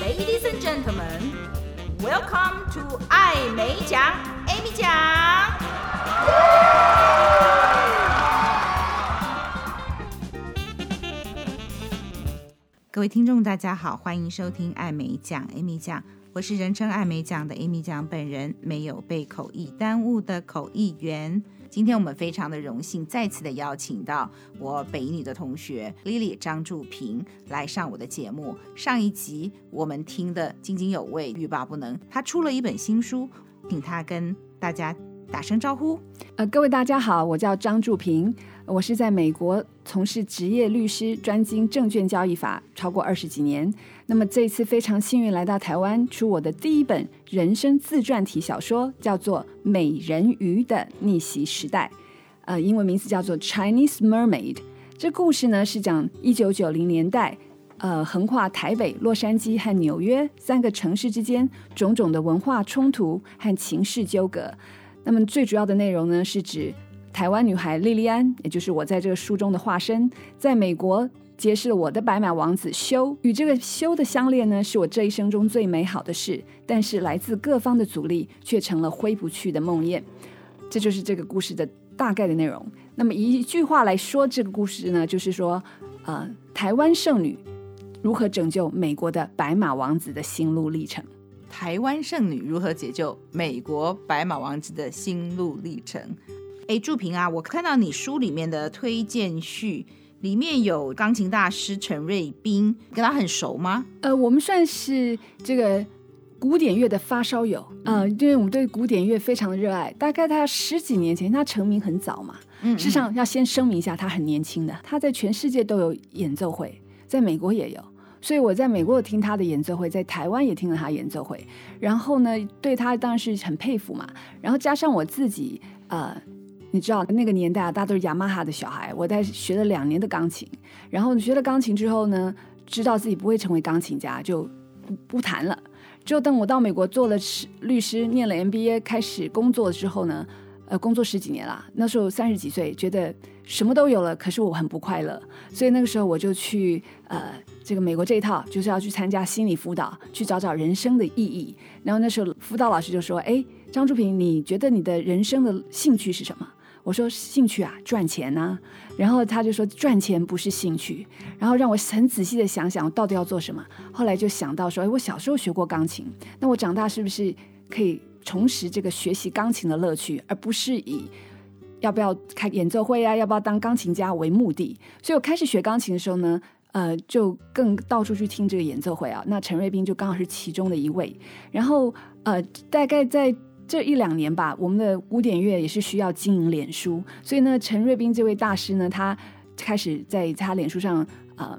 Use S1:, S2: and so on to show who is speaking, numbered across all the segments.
S1: Ladies and gentlemen, welcome to 艾美奖 Amy 奖。各位听众，大家好，欢迎收听艾美奖 Amy 奖，我是人称艾美奖的 Amy 奖本人，没有被口译耽误的口译员。今天我们非常的荣幸，再次的邀请到我北一女的同学 Lily 张祝平来上我的节目。上一集我们听得津津有味，欲罢不能。她出了一本新书，请她跟大家打声招呼。
S2: 呃，各位大家好，我叫张祝平，我是在美国从事职业律师，专精证券交易法超过二十几年。那么这次非常幸运来到台湾，出我的第一本人生自传体小说，叫做《美人鱼的逆袭时代》，呃，英文名字叫做《Chinese Mermaid》。这故事呢是讲一九九零年代呃，横跨台北、洛杉矶和纽约三个城市之间种种的文化冲突和情势纠葛。那么最主要的内容呢，是指台湾女孩莉莉安，也就是我在这个书中的化身，在美国结识了我的白马王子修。与这个修的相恋呢，是我这一生中最美好的事，但是来自各方的阻力却成了挥不去的梦魇。这就是这个故事的大概的内容。那么一句话来说，这个故事呢，就是说，呃，台湾剩女如何拯救美国的白马王子的心路历程。
S1: 台湾剩女如何解救美国白马王子的心路历程。哎，祝平啊，我看到你书里面的推荐序，里面有钢琴大师陈瑞斌，跟他很熟吗？
S2: 呃，我们算是这个古典乐的发烧友，呃，因为我们对古典乐非常的热爱。大概他十几年前，他成名很早嘛。
S1: 嗯
S2: 事实上，要先声明一下，他很年轻的，他在全世界都有演奏会，在美国也有。所以我在美国有听他的演奏会，在台湾也听了他演奏会，然后呢，对他当然是很佩服嘛。然后加上我自己，呃，你知道那个年代啊，大家都是雅马哈的小孩，我在学了两年的钢琴，然后学了钢琴之后呢，知道自己不会成为钢琴家，就不不弹了。只有等我到美国做了是律师，念了 MBA，开始工作之后呢，呃，工作十几年啦，那时候三十几岁，觉得什么都有了，可是我很不快乐，所以那个时候我就去呃这个美国这一套，就是要去参加心理辅导，去找找人生的意义。然后那时候辅导老师就说：“哎，张祝平，你觉得你的人生的兴趣是什么？”我说兴趣啊，赚钱呐、然后他就说赚钱不是兴趣，然后让我很仔细的想想我到底要做什么。后来就想到说，哎，我小时候学过钢琴，那我长大是不是可以重拾这个学习钢琴的乐趣，而不是以要不要开演奏会啊，要不要当钢琴家为目的？所以我开始学钢琴的时候呢，呃，就更到处去听这个演奏会啊。那陈瑞斌就刚好是其中的一位。然后呃，大概在这一两年吧，我们的古典乐也是需要经营脸书，所以呢，陈瑞斌这位大师呢，他开始在他脸书上呃。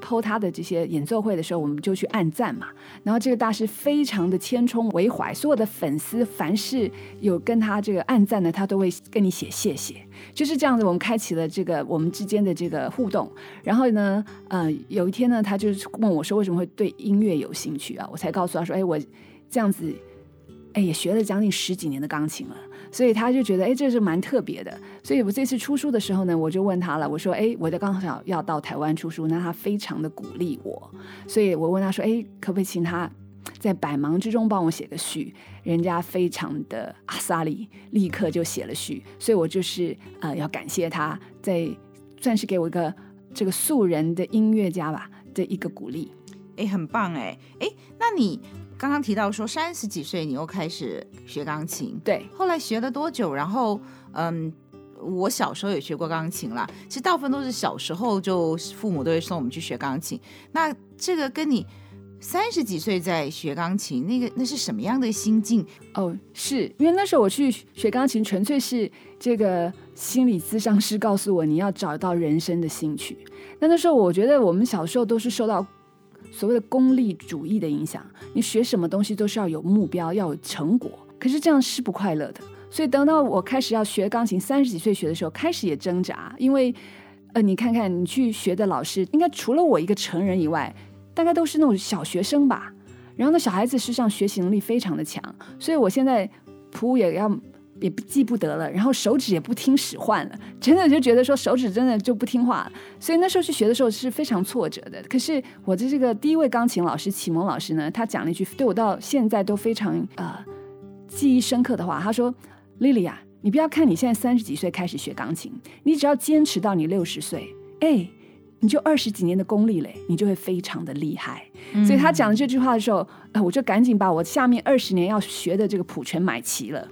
S2: 剖他的这些演奏会的时候，我们就去按赞嘛。然后这个大师非常的千冲为怀，所有的粉丝凡是有跟他这个按赞的，他都会跟你写谢谢。就是这样子，我们开启了这个我们之间的这个互动。然后呢，呃，有一天呢，他就是问我说，为什么会对音乐有兴趣啊？我才告诉他说，哎，我这样子，哎，也学了将近十几年的钢琴了。所以他就觉得，哎，这是蛮特别的。所以我这次出书的时候呢，我就问他了，我说，哎，我就刚好要到台湾出书，那他非常的鼓励我，所以我问他说，哎，可不可以请他在百忙之中帮我写个序？人家非常的阿萨里，立刻就写了序，所以我就是呃要感谢他，在算是给我一个这个素人的音乐家吧的一个鼓励。
S1: 哎，很棒哎哎，那你刚刚提到说三十几岁你又开始学钢琴，
S2: 对，
S1: 后来学了多久？然后嗯。我小时候也学过钢琴啦，其实大部分都是小时候就父母都会送我们去学钢琴。那这个跟你三十几岁在学钢琴，那个那是什么样的心境？
S2: 哦，是因为那时候我去学钢琴，纯粹是这个心理咨商师告诉我，你要找到人生的兴趣。那那时候我觉得我们小时候都是受到所谓的功利主义的影响，你学什么东西都是要有目标，要有成果。可是这样是不快乐的。所以等到我开始要学钢琴，三十几岁学的时候，开始也挣扎，因为呃，你看看你去学的老师，应该除了我一个成人以外，大概都是那种小学生吧。然后呢，小孩子事实上学习能力非常的强，所以我现在普也要也不记不得了，然后手指也不听使唤了，真的就觉得说手指真的就不听话了。所以那时候去学的时候是非常挫折的。可是我的这个第一位钢琴老师启蒙老师呢，他讲了一句对我到现在都非常呃记忆深刻的话，他说：“莉莉啊，你不要看你现在三十几岁开始学钢琴，你只要坚持到你六十岁，哎。”你就二十几年的功力嘞，你就会非常的厉害。所以他讲这句话的时候，呃我就赶紧把我下面二十年要学的这个谱全买齐了。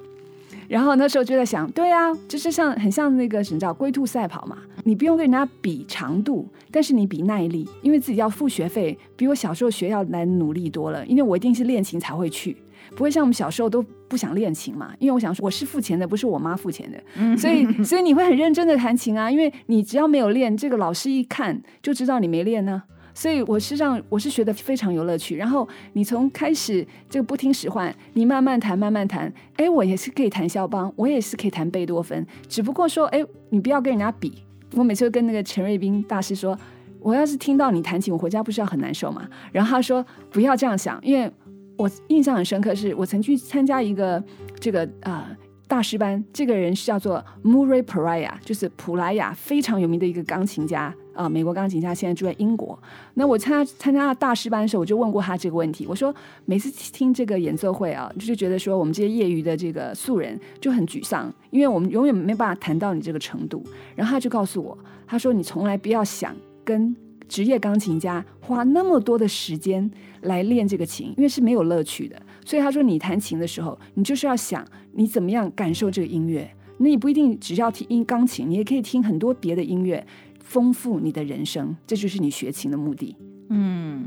S2: 然后那时候就在想，对啊，就是像很像那个什么叫龟兔赛跑嘛，你不用跟人家比长度，但是你比耐力，因为自己要付学费，比我小时候学要来努力多了。因为我一定是练琴才会去，不会像我们小时候都不想练琴嘛，因为我想说我是付钱的，不是我妈付钱的，所以所以你会很认真的弹琴啊，因为你只要没有练，这个老师一看就知道你没练呢、所以我是让我是学的非常有乐趣。然后你从开始这个不听使唤，你慢慢弹，慢慢弹，哎，我也是可以弹肖邦，我也是可以弹贝多芬，只不过说，哎，你不要跟人家比。我每次都跟那个陈瑞斌大师说，我要是听到你弹琴，我回家不是要很难受吗？然后他说不要这样想，因为我印象很深刻是，我曾去参加一个这个啊。呃大师班，这个人是叫做 Murray Pariah，就是普莱雅非常有名的一个钢琴家啊、美国钢琴家，现在住在英国。那我参加参加大师班的时候，我就问过他这个问题。我说，每次听这个演奏会啊，就是觉得说我们这些业余的这个素人就很沮丧，因为我们永远没办法谈到你这个程度。然后他就告诉我，他说你从来不要想跟职业钢琴家花那么多的时间来练这个琴，因为是没有乐趣的。所以他说，你弹琴的时候，你就是要想你怎么样感受这个音乐。那你不一定只要听钢琴，你也可以听很多别的音乐，丰富你的人生。这就是你学琴的目的。
S1: 嗯，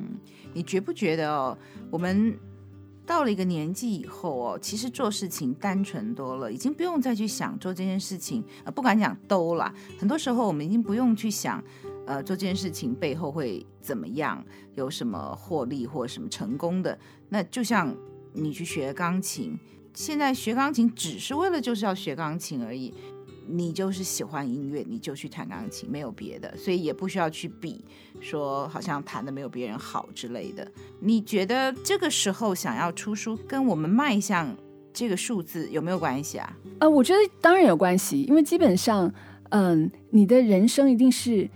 S1: 你觉不觉得哦？我们到了一个年纪以后哦，其实做事情单纯多了，已经不用再去想做这件事情，呃，不敢讲兜啦，很多时候我们已经不用去想，呃，做这件事情背后会怎么样，有什么获利或什么成功的。那就像你去学钢琴，现在学钢琴只是为了就是要学钢琴而已。你就是喜欢音乐，你就去弹钢琴，没有别的，所以也不需要去比说好像弹的没有别人好之类的。你觉得这个时候想要出书，跟我们迈向这个数字有没有关系啊？
S2: 呃，我觉得当然有关系，因为基本上，嗯、你的人生一定是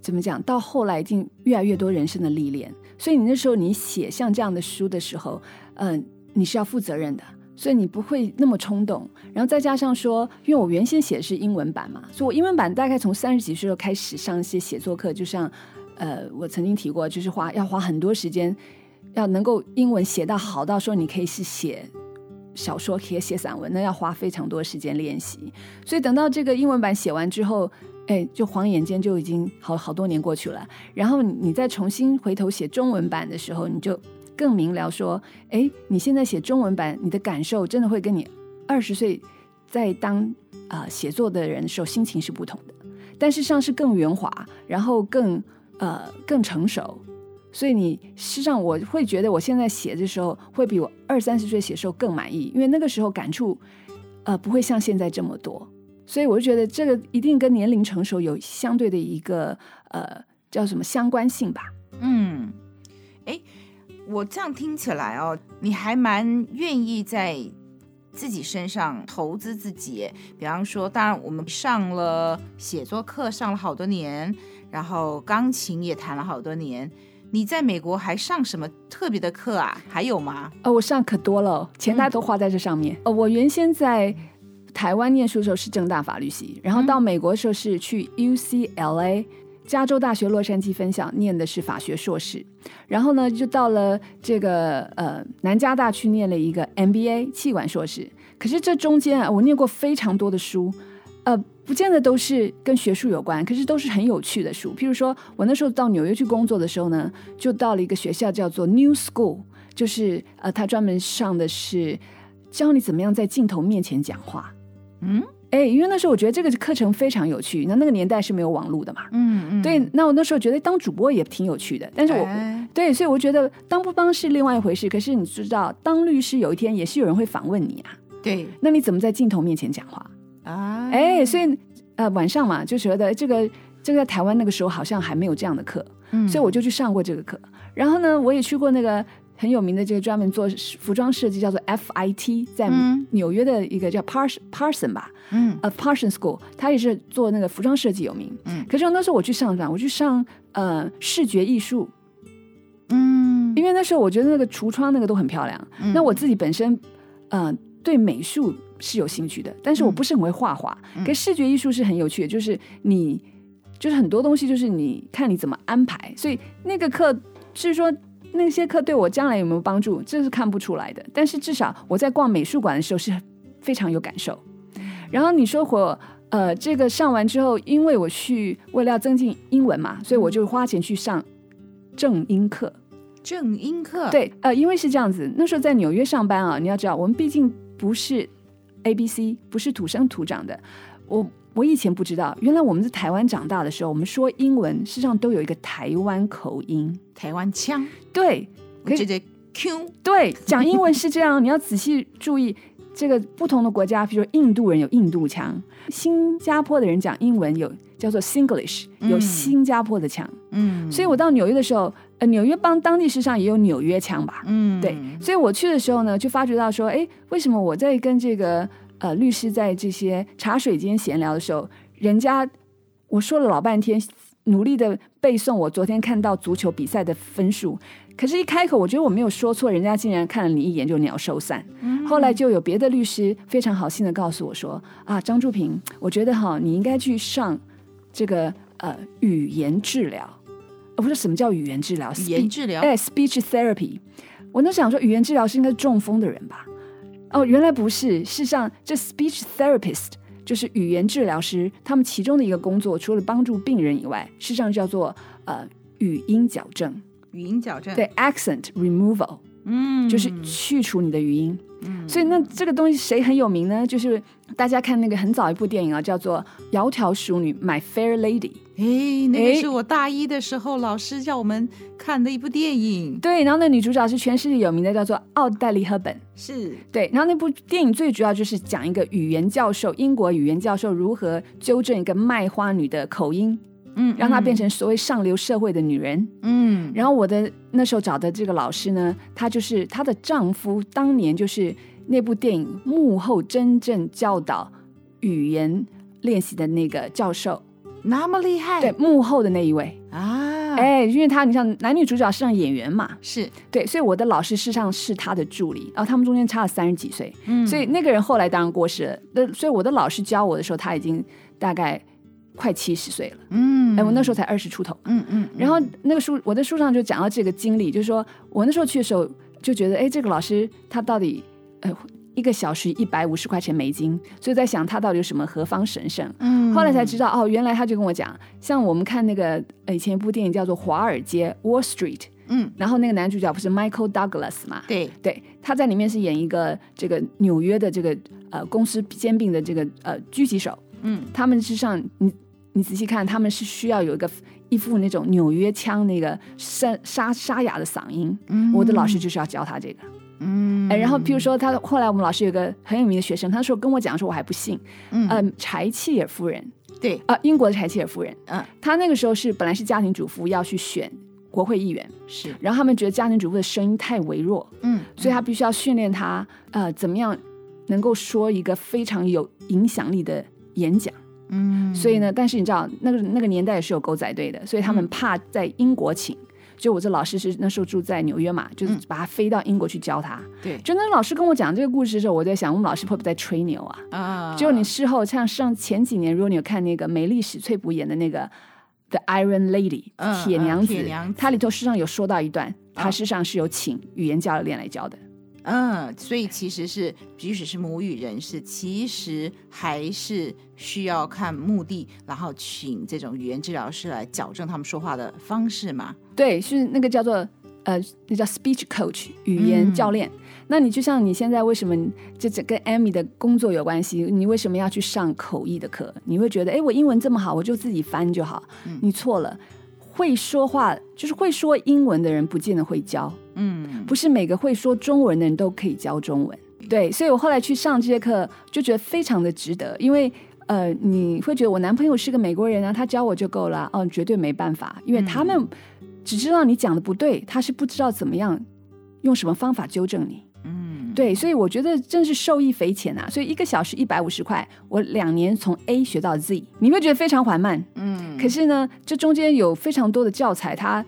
S2: 怎么讲，到后来一定越来越多人生的历练，所以你那时候你写像这样的书的时候，嗯、你是要负责任的。所以你不会那么冲动，然后再加上说，因为我原先写的是英文版嘛，所以我英文版大概从三十几岁就开始上一些写作课，就像，呃，我曾经提过，就是花要花很多时间，要能够英文写到好到说你可以是写小说，可以写散文，那要花非常多时间练习。所以等到这个英文版写完之后，哎，就晃眼间就已经好好多年过去了。然后你你再重新回头写中文版的时候，你就更明了说，哎，你现在写中文版，你的感受真的会跟你二十岁在当呃写作的人的时候心情是不同的，但是上是更圆滑，然后更呃更成熟。所以你事实上我会觉得我现在写的时候会比我二三十岁写的时候更满意，因为那个时候感触呃不会像现在这么多。所以我就觉得这个一定跟年龄成熟有相对的一个呃叫什么相关性吧。
S1: 嗯，哎，我这样听起来哦，你还蛮愿意在自己身上投资自己耶。比方说，当然我们上了写作课，上了好多年，然后钢琴也弹了好多年。你在美国还上什么特别的课啊？还有吗？
S2: 哦，我上可多了哦，钱大家都花在这上面。哦，我原先在台湾念书的时候是正大法律系，然后到美国的时候是去 UCLA 加州大学洛杉矶分校念的是法学硕士，然后呢就到了这个呃南加大去念了一个 MBA 气管硕士。可是这中间啊，我念过非常多的书，呃，不见得都是跟学术有关，可是都是很有趣的书。譬如说，我那时候到纽约去工作的时候呢，就到了一个学校叫做 New School，就是呃，他专门上的是教你怎么样在镜头面前讲话。
S1: 嗯
S2: 哎，因为那时候我觉得这个课程非常有趣，那那个年代是没有网络的嘛。
S1: 嗯嗯，
S2: 对，那我那时候觉得当主播也挺有趣的，但是我、
S1: 哎
S2: 对，所以我觉得当不当是另外一回事。可是你知道，当律师有一天也是有人会访问你啊，
S1: 对
S2: 那你怎么在镜头面前讲话？
S1: 啊，
S2: 哎，所以呃晚上嘛就觉得这个这个在台湾那个时候好像还没有这样的课，
S1: 嗯
S2: 所以我就去上过这个课。然后呢，我也去过那个很有名的这个专门做服装设计叫做 FIT，在
S1: 嗯
S2: 纽约的一个叫 Pars Parson 吧，
S1: 嗯
S2: 呃 Parson School，他也是做那个服装设计有名。
S1: 嗯
S2: 可是那时候我去上班，我去上呃视觉艺术，
S1: 嗯，
S2: 因为那时候我觉得那个橱窗那个都很漂亮。
S1: 嗯
S2: 那我自己本身，呃，对美术是有兴趣的，但是我
S1: 嗯
S2: 不是很会画画。
S1: 嗯
S2: 可视觉艺术是很有趣的，就是你就是很多东西就是你看你怎么安排，所以那个课是说。那些课对我将来有没有帮助，这是看不出来的。但是至少我在逛美术馆的时候是非常有感受。
S1: 嗯
S2: 然后你说我呃，这个上完之后，因为我去为了要增进英文嘛，
S1: 嗯
S2: 所以我就花钱去上正音课。
S1: 正音课，，
S2: 对，呃，因为是这样子，那时候在纽约上班啊，你要知道，我们毕竟不是 A B C，不是土生土长的。我我以前不知道，原来我们在台湾长大的时候，我们说英文，事实上都有一个台湾口音。
S1: 台湾腔，
S2: 对
S1: 我
S2: 可以
S1: 觉得 Q，
S2: 对，讲英文是这样，你 要仔细注意。这个不同的国家，比如说印度人有印度腔，新加坡的人讲英文有叫做 Singlish，有
S1: 嗯
S2: 新加坡的腔。
S1: 嗯，
S2: 所以我到纽约的时候，呃，纽约帮当地市上也有纽约腔吧。
S1: 嗯，
S2: 对，所以我去的时候呢，就发觉到说，哎，为什么我在跟这个呃律师在这些茶水间闲聊的时候，人家我说了老半天，努力的背诵我昨天看到足球比赛的分数，可是，一开口我觉得我没有说错，人家竟然看了你一眼就鸟兽散。后来就有别的律师非常好心的告诉我说，啊，张祝平，我觉得哈，你应该去上这个呃语言治疗。呃不是什么叫语言治疗，
S1: 语言
S2: speech-
S1: 治疗，
S2: 哎，speech therapy，我那时想说语言治疗师应该是中风的人吧？哦，原来不是，事实上这 speech therapist 就是语言治疗师，他们其中的一个工作，除了帮助病人以外，事实上叫做呃语音矫正，
S1: 语音矫正，，
S2: 对 accent removal，
S1: 嗯，
S2: 就是去除你的语音。
S1: 嗯
S2: 所以那这个东西谁很有名呢？就是大家看那个很早一部电影啊，叫做《窈窕淑女》（My Fair Lady）。
S1: 哎，那
S2: 哎
S1: 个是我大一的时候老师叫我们看的一部电影，
S2: 对，然后那女主角是全世界有名的，叫做奥黛丽·赫本。
S1: 是，
S2: 对，然后那部电影最主要就是讲一个语言教授，英国语言教授如何纠正一个卖花女的口音，
S1: 嗯，
S2: 让她变
S1: 成，
S2: 成所谓上流社会的女人。
S1: 嗯，
S2: 然后我的那时候找的这个老师呢，她就是她的丈夫，当年就是那部电影幕后真正教导语言练习的那个教授，
S1: 那么厉害，
S2: 对，幕后的那一位。
S1: 啊，，
S2: 哎，因为他你像男女主角是上演员嘛，
S1: 是，
S2: 对，所以我的老师事实上是他的助理，然后他们中间差了三十几岁。
S1: 嗯
S2: 所以那个人后来当然过世了。那所以我的老师教我的时候，他已经大概快七十岁了。
S1: 嗯，
S2: 哎，我那时候才二十出头。
S1: 嗯，嗯嗯，
S2: 然后那个书，我的书上就讲到这个经历，就是说我那时候去的时候就觉得，哎，这个老师他到底呃一个小时一百五十块钱美金，所以在想他到底有什么何方神圣。
S1: 嗯，
S2: 后来才知道哦，原来他就跟我讲，像我们看那个呃以前一部电影叫做《华尔街 （Wall Street）》，
S1: 嗯，
S2: 然后那个男主角不是 Michael Douglas 嘛，
S1: 对，
S2: 对，他在里面是演一个这个纽约的这个呃公司兼并的这个呃狙击手，
S1: 嗯，
S2: 他们之上，你你仔细看，他们是需要有一个一副那种纽约腔那个沙沙沙哑的嗓音。
S1: 嗯
S2: 我的老师，就是要教他这个，
S1: 嗯，
S2: 哎，然后譬如说他后来我们老师有个很有名的学生，他说跟我讲说我还不信，
S1: 嗯
S2: 呃，柴契尔夫人
S1: 对，
S2: 啊、呃英国的柴契尔夫人，
S1: 嗯，
S2: 她那个时候是本来是家庭主妇要去选国会议员，
S1: 是，
S2: 然后他们觉得家庭主妇的声音太微弱，
S1: 嗯，
S2: 所以他必须要训练他，呃，怎么样能够说一个非常有影响力的演讲。
S1: 嗯，
S2: 所以呢，但是你知道，那个那个年代也是有狗仔队的，所以他
S1: 嗯
S2: 们怕在英国请。就我这老师是那时候住在纽约嘛，就是
S1: 嗯
S2: 把他飞到英国去教他。
S1: 对，
S2: 就那老师跟我讲这个故事的时候，我在想，我们老师会不会在吹牛啊？
S1: 啊，
S2: 就你事后像上前几年，如果你有看那个梅丽史翠普演的那个《The Iron Lady
S1: 嗯》
S2: 铁
S1: 嗯
S2: 娘子
S1: 铁，娘子
S2: 它里头事实上有说到一段，她
S1: 啊
S2: 事实上是有请语言教练来教的。
S1: 嗯，所以其实是，即使是母语人士，其实还是需要看目的，然后请这种语言治疗师来矫正他们说话的方式嘛。
S2: 对，是那个叫做呃，那叫 speech coach 语言教练。那你就像你现在为什么这这跟 Amy 的工作有关系？你为什么要去上口译的课？你会觉得，哎，我英文这么好，我就自己翻就好。
S1: 嗯
S2: 你错了，会说话就是会说英文的人，不见得会教。
S1: 嗯，
S2: 不是每个会说中文的人都可以教中文。对，所以我后来去上这些课，就觉得非常的值得，因为呃，你会觉得我男朋友是个美国人啊，他教我就够了啊，哦，绝对没办法，因为他们只知道你讲的不对，他是不知道怎么样用什么方法纠正你。
S1: 嗯，
S2: 对，所以我觉得真是受益匪浅啊！所以一个小时一百五十块，我两年从 A 学到 Z，你会觉得非常缓慢。
S1: 嗯，
S2: 可是呢，这中间有非常多的教材，它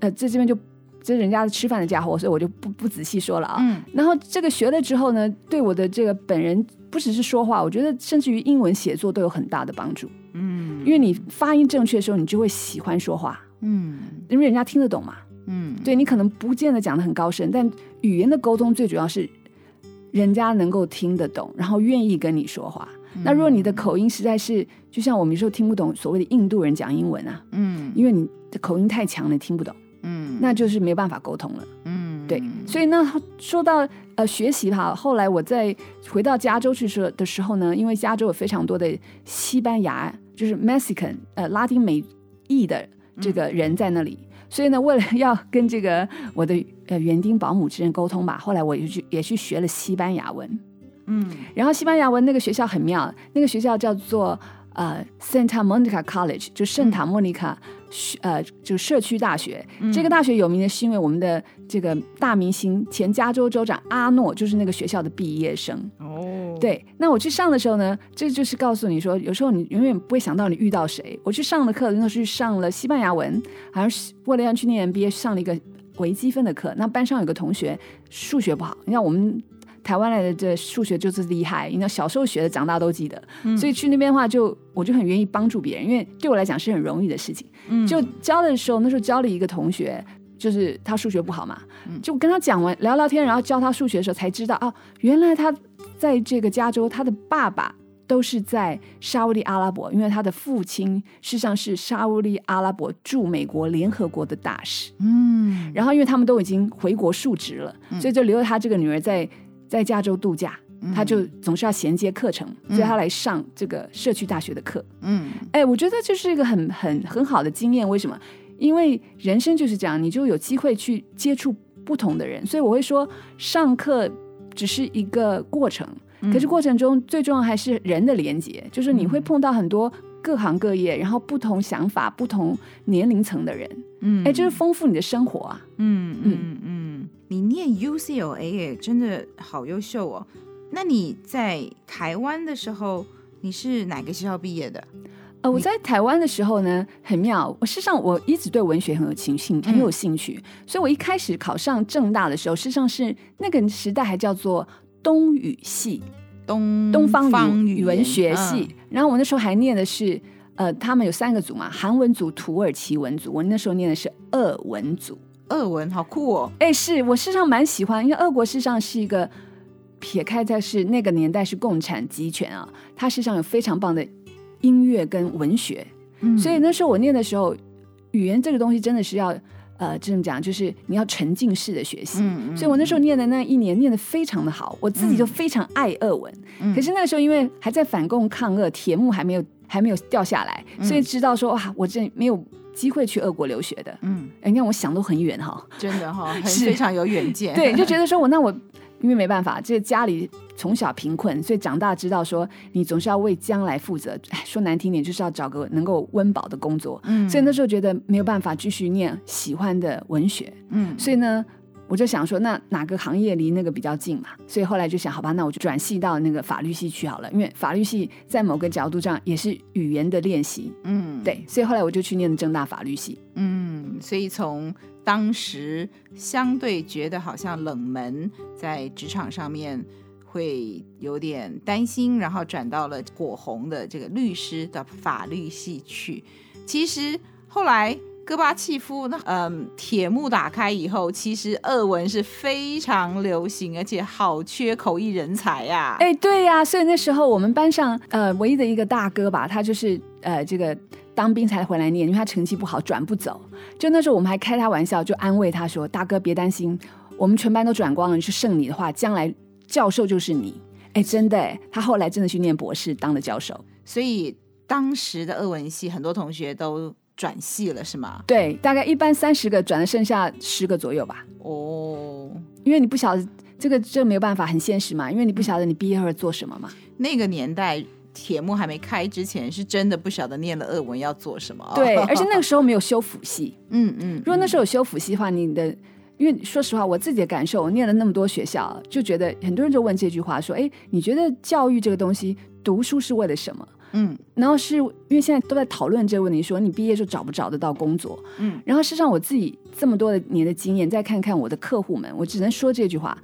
S2: 呃在这边就这是人家吃饭的家伙，所以我就不不仔细说了啊。
S1: 嗯
S2: 然后这个学了之后呢，对我的这个本人不只是说话，我觉得甚至于英文写作都有很大的帮助，
S1: 嗯
S2: 因为你发音正确的时候，你就会喜欢说话，
S1: 嗯
S2: 因为人家听得懂嘛。
S1: 嗯，
S2: 对你可能不见得讲得很高深，但语言的沟通最主要是人家能够听得懂，然后愿意跟你说话。
S1: 嗯
S2: 那如果你的口音实在是，就像我们有时候听不懂所谓的印度人讲英文啊，
S1: 嗯
S2: 因为你的口音太强了，你听不懂，
S1: 嗯
S2: 那就是没办法沟通了。
S1: 嗯
S2: 对，所以呢，说到呃学习哈，后来我在回到加州去时的时候呢，因为加州有非常多的西班牙，就是 Mexican 呃拉丁美裔的这个人在那里，所以呢，为了要跟这个我的呃园丁保姆之间沟通吧，后来我也去也去学了西班牙文，
S1: 嗯
S2: 然后西班牙文那个学校很妙，那个学校叫做呃 Santa Monica College，就圣塔莫妮卡学、呃就社区大学。这个大学有名的是因为我们的这个大明星前加州州长阿诺就是那个学校的毕业生。
S1: 哦，
S2: 对，那我去上的时候呢，这就是告诉你说，有时候你永远不会想到你遇到谁。我去上的课，那时候去上了西班牙文，好像是为了要去念 MBA 上了一个微积分的课。那班上有个同学数学不好，你看我们台湾来的这数学就是厉害，你知道小时候学的，长大都记得。
S1: 哦嗯
S2: 所以去那边的话就，我就很愿意帮助别人，因为对我来讲是很容易的事情。
S1: 嗯
S2: 就教的时候，那时候教了一个同学，就是他数学不好嘛，
S1: 嗯
S2: 就跟他讲完聊聊天，然后教他数学的时候才知道啊，原来他在这个加州，他的爸爸都是在沙烏地阿拉伯，因为他的父亲事实上是沙烏地阿拉伯驻美国联合国的大使。
S1: 嗯
S2: 然后因为他们都已经回国述职了，所以就留了他这个女儿在在加州度假。
S1: 嗯
S2: 他就总是要衔接课程，所以他来上这个社区大学的课。
S1: 嗯
S2: 哎，我觉得这是一个很很很好的经验。为什么？因为人生就是这样，你就有机会去接触不同的人。所以我会说，上课只是一个过程，可是过程中最重要还是人的连接，就是你会碰到很多各行各业，然后不同想法、不同年龄层的人。
S1: 嗯
S2: 哎，这是丰富你的生活啊。
S1: 嗯嗯嗯，你念 UCLA 也哎真的好优秀哦。那你在台湾的时候，你是哪个学校毕业的？
S2: 呃，我在台湾的时候呢，很妙。我事实上我一直对文学很有情兴，很有兴趣，所以我一开始考上正大的时候，事实上是那个时代还叫做东语系，
S1: 东
S2: 东嗯方
S1: 语
S2: 语嗯
S1: 言
S2: 文学系。，然后我那时候还念的是，呃，他们有三个组嘛，韩文组、土耳其文组。我那时候念的是俄文组。
S1: 嗯俄文，好酷哦。
S2: 哎，是我事实上蛮喜欢，因为俄国事实上是一个撇开在是那个年代是共产集权啊，它事实上有非常棒的音乐跟文学，
S1: 嗯
S2: 所以那时候我念的时候，语言这个东西真的是要呃，这么讲就是你要沉浸式的学习。
S1: 嗯，嗯
S2: 所以我那时候念的那一年念得非常的好，我自己就非常爱俄文。
S1: 嗯
S2: 可是那个时候因为还在反共抗俄，铁幕还没有还没有掉下来，
S1: 嗯
S2: 所以知道说哇，我这没有机会去俄国留学的。
S1: 嗯，
S2: 哎，你看我想都很远哈、
S1: 真的哈、很
S2: 是
S1: 非常有远见。
S2: 对，就觉得说我那我因为没办法，这家里从小贫困，所以长大知道说你总是要为将来负责。哎说难听点，就是要找个能够温饱的工作。
S1: 嗯
S2: 所以那时候觉得没有办法继续念喜欢的文学，
S1: 嗯
S2: 所以呢。我就想说，那哪个行业离那个比较近嘛？所以后来就想，好吧，那我就转系到那个法律系去好了，因为法律系在某个角度上也是语言的练习，
S1: 嗯
S2: 对。所以后来我就去念正大法律系。
S1: 嗯，所以从当时相对觉得好像冷门，在职场上面会有点担心，然后转到了火红的这个律师的法律系去。其实后来戈巴契夫那嗯铁幕打开以后，其实俄文是非常流行，而且好缺口译人才啊呀、
S2: 哎，对呀、所以那时候我们班上呃唯一的一个大哥吧，他就是呃这个当兵才回来念，因为他成绩不好转不走。就那时候我们还开他玩笑，就安慰他说：“大哥别担心，我们全班都转光了，是剩你的话，将来教授就是你。”哎，真的哎，他后来真的去念博士，当了教授。
S1: 所以当时的俄文系很多同学都转系了，是吗？
S2: 对，大概一般三十个转了，剩下十个左右吧。
S1: 哦、
S2: 因为你不晓得这个这个没有办法，很现实嘛，因为你不晓得你毕业后做什么嘛。
S1: 那个年代铁幕还没开之前，是真的不晓得念了俄文要做什么。
S2: 对，而且那个时候没有修复系。
S1: 嗯嗯，
S2: 如果那时候有修复系的话，你的因为说实话，我自己的感受，我念了那么多学校，就觉得很多人就问这句话说：“哎，你觉得教育这个东西，读书是为了什么？”
S1: 嗯
S2: 然后是因为现在都在讨论这个问题，说你毕业就找不找得到工作。
S1: 嗯
S2: 然后事实上，我自己这么多的年的经验，再看看我的客户们，我只能说这句话：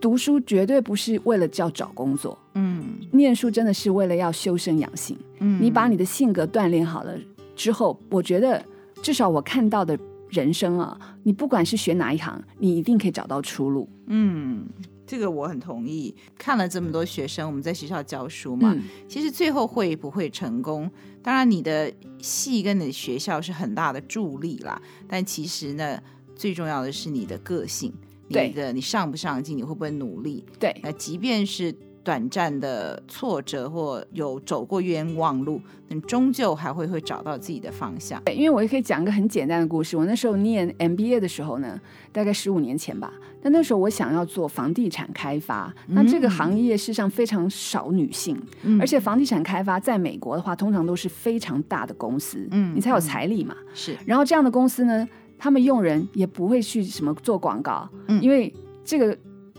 S2: 读书绝对不是为了叫找工作，
S1: 嗯
S2: 念书真的是为了要修身养性。
S1: 嗯，
S2: 你把你的性格锻炼好了之后，我觉得至少我看到的人生啊，你不管是学哪一行，你一定可以找到出路。
S1: 嗯，这个我很同意。看了这么多学生，我们在学校教书嘛，
S2: 嗯，
S1: 其实最后会不会成功，当然你的系跟你的学校是很大的助力啦。但其实呢，最重要的是你的个性，
S2: 对
S1: 你的你上不上进，你会不会努力。
S2: 对
S1: 那即便是短暂的挫折或有走过冤枉路，你终究还会会找到自己的方向。
S2: 对，因为我也可以讲一个很简单的故事。我那时候念 MBA 的时候呢，大概十五年前吧。那那时候我想要做房地产开发，那这个
S1: 嗯
S2: 行业事实上非常少女性，
S1: 嗯
S2: 而且房地产开发在美国的话，通常都是非常大的公司，
S1: 嗯
S2: 你才有
S1: 嗯
S2: 财力嘛。
S1: 是，
S2: 然后这样的公司呢，他们用人也不会去什么做广告，
S1: 嗯
S2: 因为这个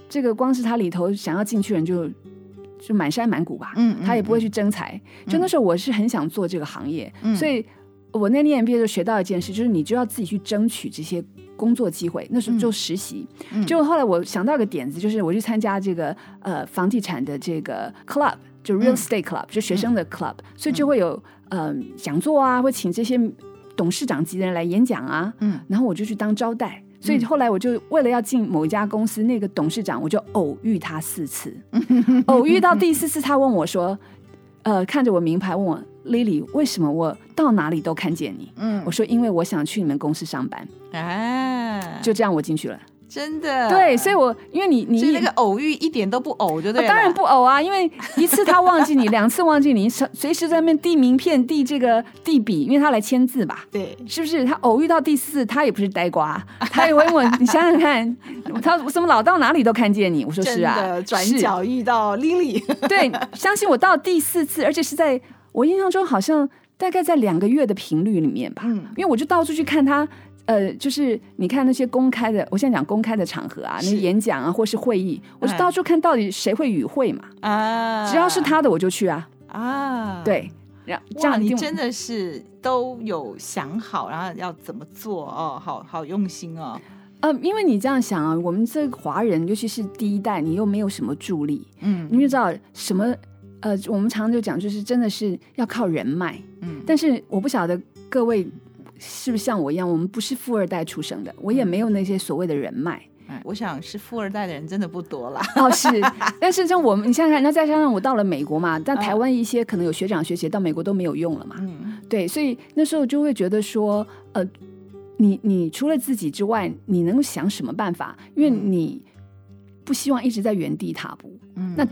S2: 这个光是他里头想要进去人就就满山满谷吧，
S1: 嗯
S2: 他也不会
S1: 去，
S2: 去争财。
S1: 嗯
S2: 就那时候我是很想做这个行业，
S1: 嗯
S2: 所以我那念 MBA 就学到一件事，就是你就要自己去争取这些工作机会。那时候就实习，
S1: 嗯
S2: 就后来我想到一个点子，就是我去参加这个呃房地产的这个 club，就 real
S1: 嗯
S2: estate club，、就学生的 club，、所以就会有嗯、呃、讲座啊，会请这些董事长级的人来演讲啊，
S1: 嗯
S2: 然后我就去当招待。所以后来我就为了要进某一家公司，那个董事长我就偶遇他四 次，偶遇到第四次，他问我说，呃，看着我名牌问我 Lily，为什么我到哪里都看见你？
S1: 嗯
S2: 我，说因为我想去你们公司上班，
S1: 哎，
S2: 就这样我进去了。
S1: 真的
S2: 对，所以我因为你你
S1: 所以那个偶遇一点都不偶，就对
S2: 啊
S1: 了、
S2: 当然不偶啊，因为一次他忘记你，两次忘记你，随随时在那边递名片、递这个递笔，因为他来签字吧。
S1: 对，
S2: 是不是他偶遇到第四，他也不是呆瓜，他也问我，你想想看， 他怎么老到哪里都看见你？我说是
S1: 真
S2: 啊，
S1: 的转
S2: 是
S1: 角遇到 Lily，
S2: 对，相信我到第四次，而且是在我印象中好像大概在两个月的频率里面吧，
S1: 嗯
S2: 因为我就到处去看他。呃，就是你看那些公开的，我现在讲公开的场合啊，那
S1: 是
S2: 演讲啊，或是会议，我就
S1: 哎
S2: 到处看到底谁会与会嘛，
S1: 啊，
S2: 只要是他的我就去啊，
S1: 啊，，
S2: 对，然后这
S1: 哇，
S2: 样一
S1: 你
S2: 定
S1: 真的是都有想好，然后要怎么做哦，好好用心哦，
S2: 呃，因为你这样想啊，我们这个华人，尤其是第一代，你又没有什么助力，
S1: 嗯
S2: 你就知道什么？呃，我们常常就讲，就是真的是要靠人脉。
S1: 嗯
S2: 但是我不晓得各位是不是像我一样，我们不是富二代出生的，我也没有那些所谓的人脉。
S1: 哎我想是富二代的人真的不多啦，
S2: 哦， 是，但是像我们，你想想看，那再加上我到了美国嘛，但台湾一些可能有学长学姐到美国都没有用了嘛。
S1: 嗯
S2: 对，所以那时候就会觉得说，呃，你你除了自己之外，你能够想什么办法？因为
S1: 嗯
S2: 你不希望一直在原地踏步。
S1: 嗯
S2: 那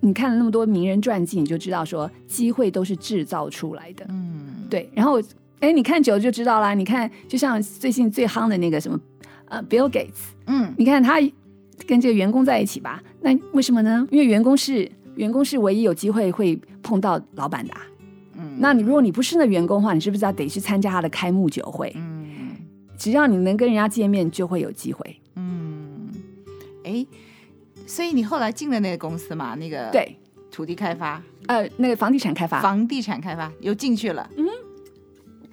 S2: 你看了那么多名人传记，你就知道说，机会都是制造出来的。
S1: 嗯
S2: 对，然后哎，你看久了就知道啦。你看，就像最近最夯的那个什么，呃，Bill Gates，
S1: 嗯
S2: 你看他跟这个员工在一起吧，那为什么呢？因为员工是员工是唯一有机会会碰到老板的啊、
S1: 嗯
S2: 那你如果你不是那员工的话，你是不是要得去参加他的开幕酒会？
S1: 嗯
S2: 只要你能跟人家见面，就会有机会。
S1: 嗯，哎，所以你后来进了那个公司嘛，那个
S2: 对，
S1: 土地开发、
S2: 呃，那个房地产开发
S1: 呃房地产开发又进去了，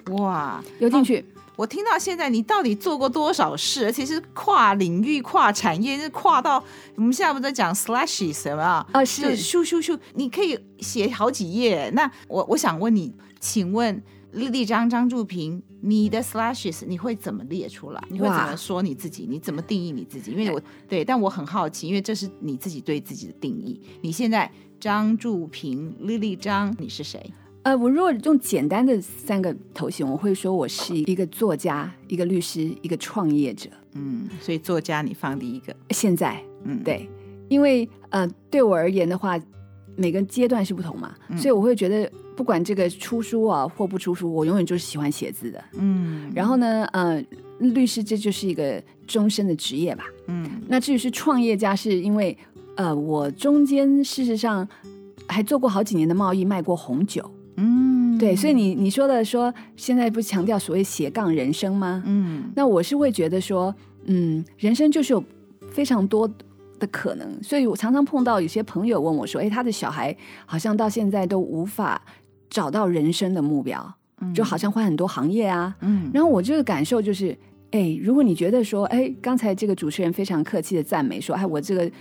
S1: 嗯，哇，
S2: 有进去。
S1: 我听到现在，你到底做过多少事？而且是跨领域、跨产业，是跨到我们现在不是在讲 slashes 有没有？
S2: 啊
S1: 哦就是咻咻咻，你可以写好几页。那我我想问你，请问丽丽张张祝平，你的 slashes 你会怎么列出来？你会怎么说你自己？你怎么定义你自己？因为我对，但我很好奇，因为这是你自己对自己的定义。你现在张祝平、丽丽张，你是谁？
S2: 呃，我如果用简单的三个头衔，我会说我是一个作家、一个律师、一个创业者。
S1: 嗯，所以作家你放第一个，
S2: 现在
S1: 嗯，，
S2: 对，因为呃，对我而言的话，每个阶段是不同嘛，
S1: 嗯
S2: 所以我会觉得，不管这个出书啊或不出书，我永远就是喜欢写字的。
S1: 嗯，
S2: 然后呢，呃，律师这就是一个终身的职业吧。
S1: 嗯。
S2: 那至于是创业家，是因为呃，我中间事实上还做过好几年的贸易，卖过红酒。
S1: 嗯，
S2: 对，所以你你说的说，现在不是强调所谓斜杠人生吗？
S1: 嗯
S2: 那我是会觉得说，嗯，人生就是有非常多的可能，所以我常常碰到有些朋友问我说：“哎，他的小孩好像到现在都无法找到人生的目标，
S1: 嗯
S2: 就好像换很多行业啊。
S1: 嗯，
S2: 然后我这个感受就是，哎，如果你觉得说，哎，刚才这个主持人非常客气的赞美说，哎，我这个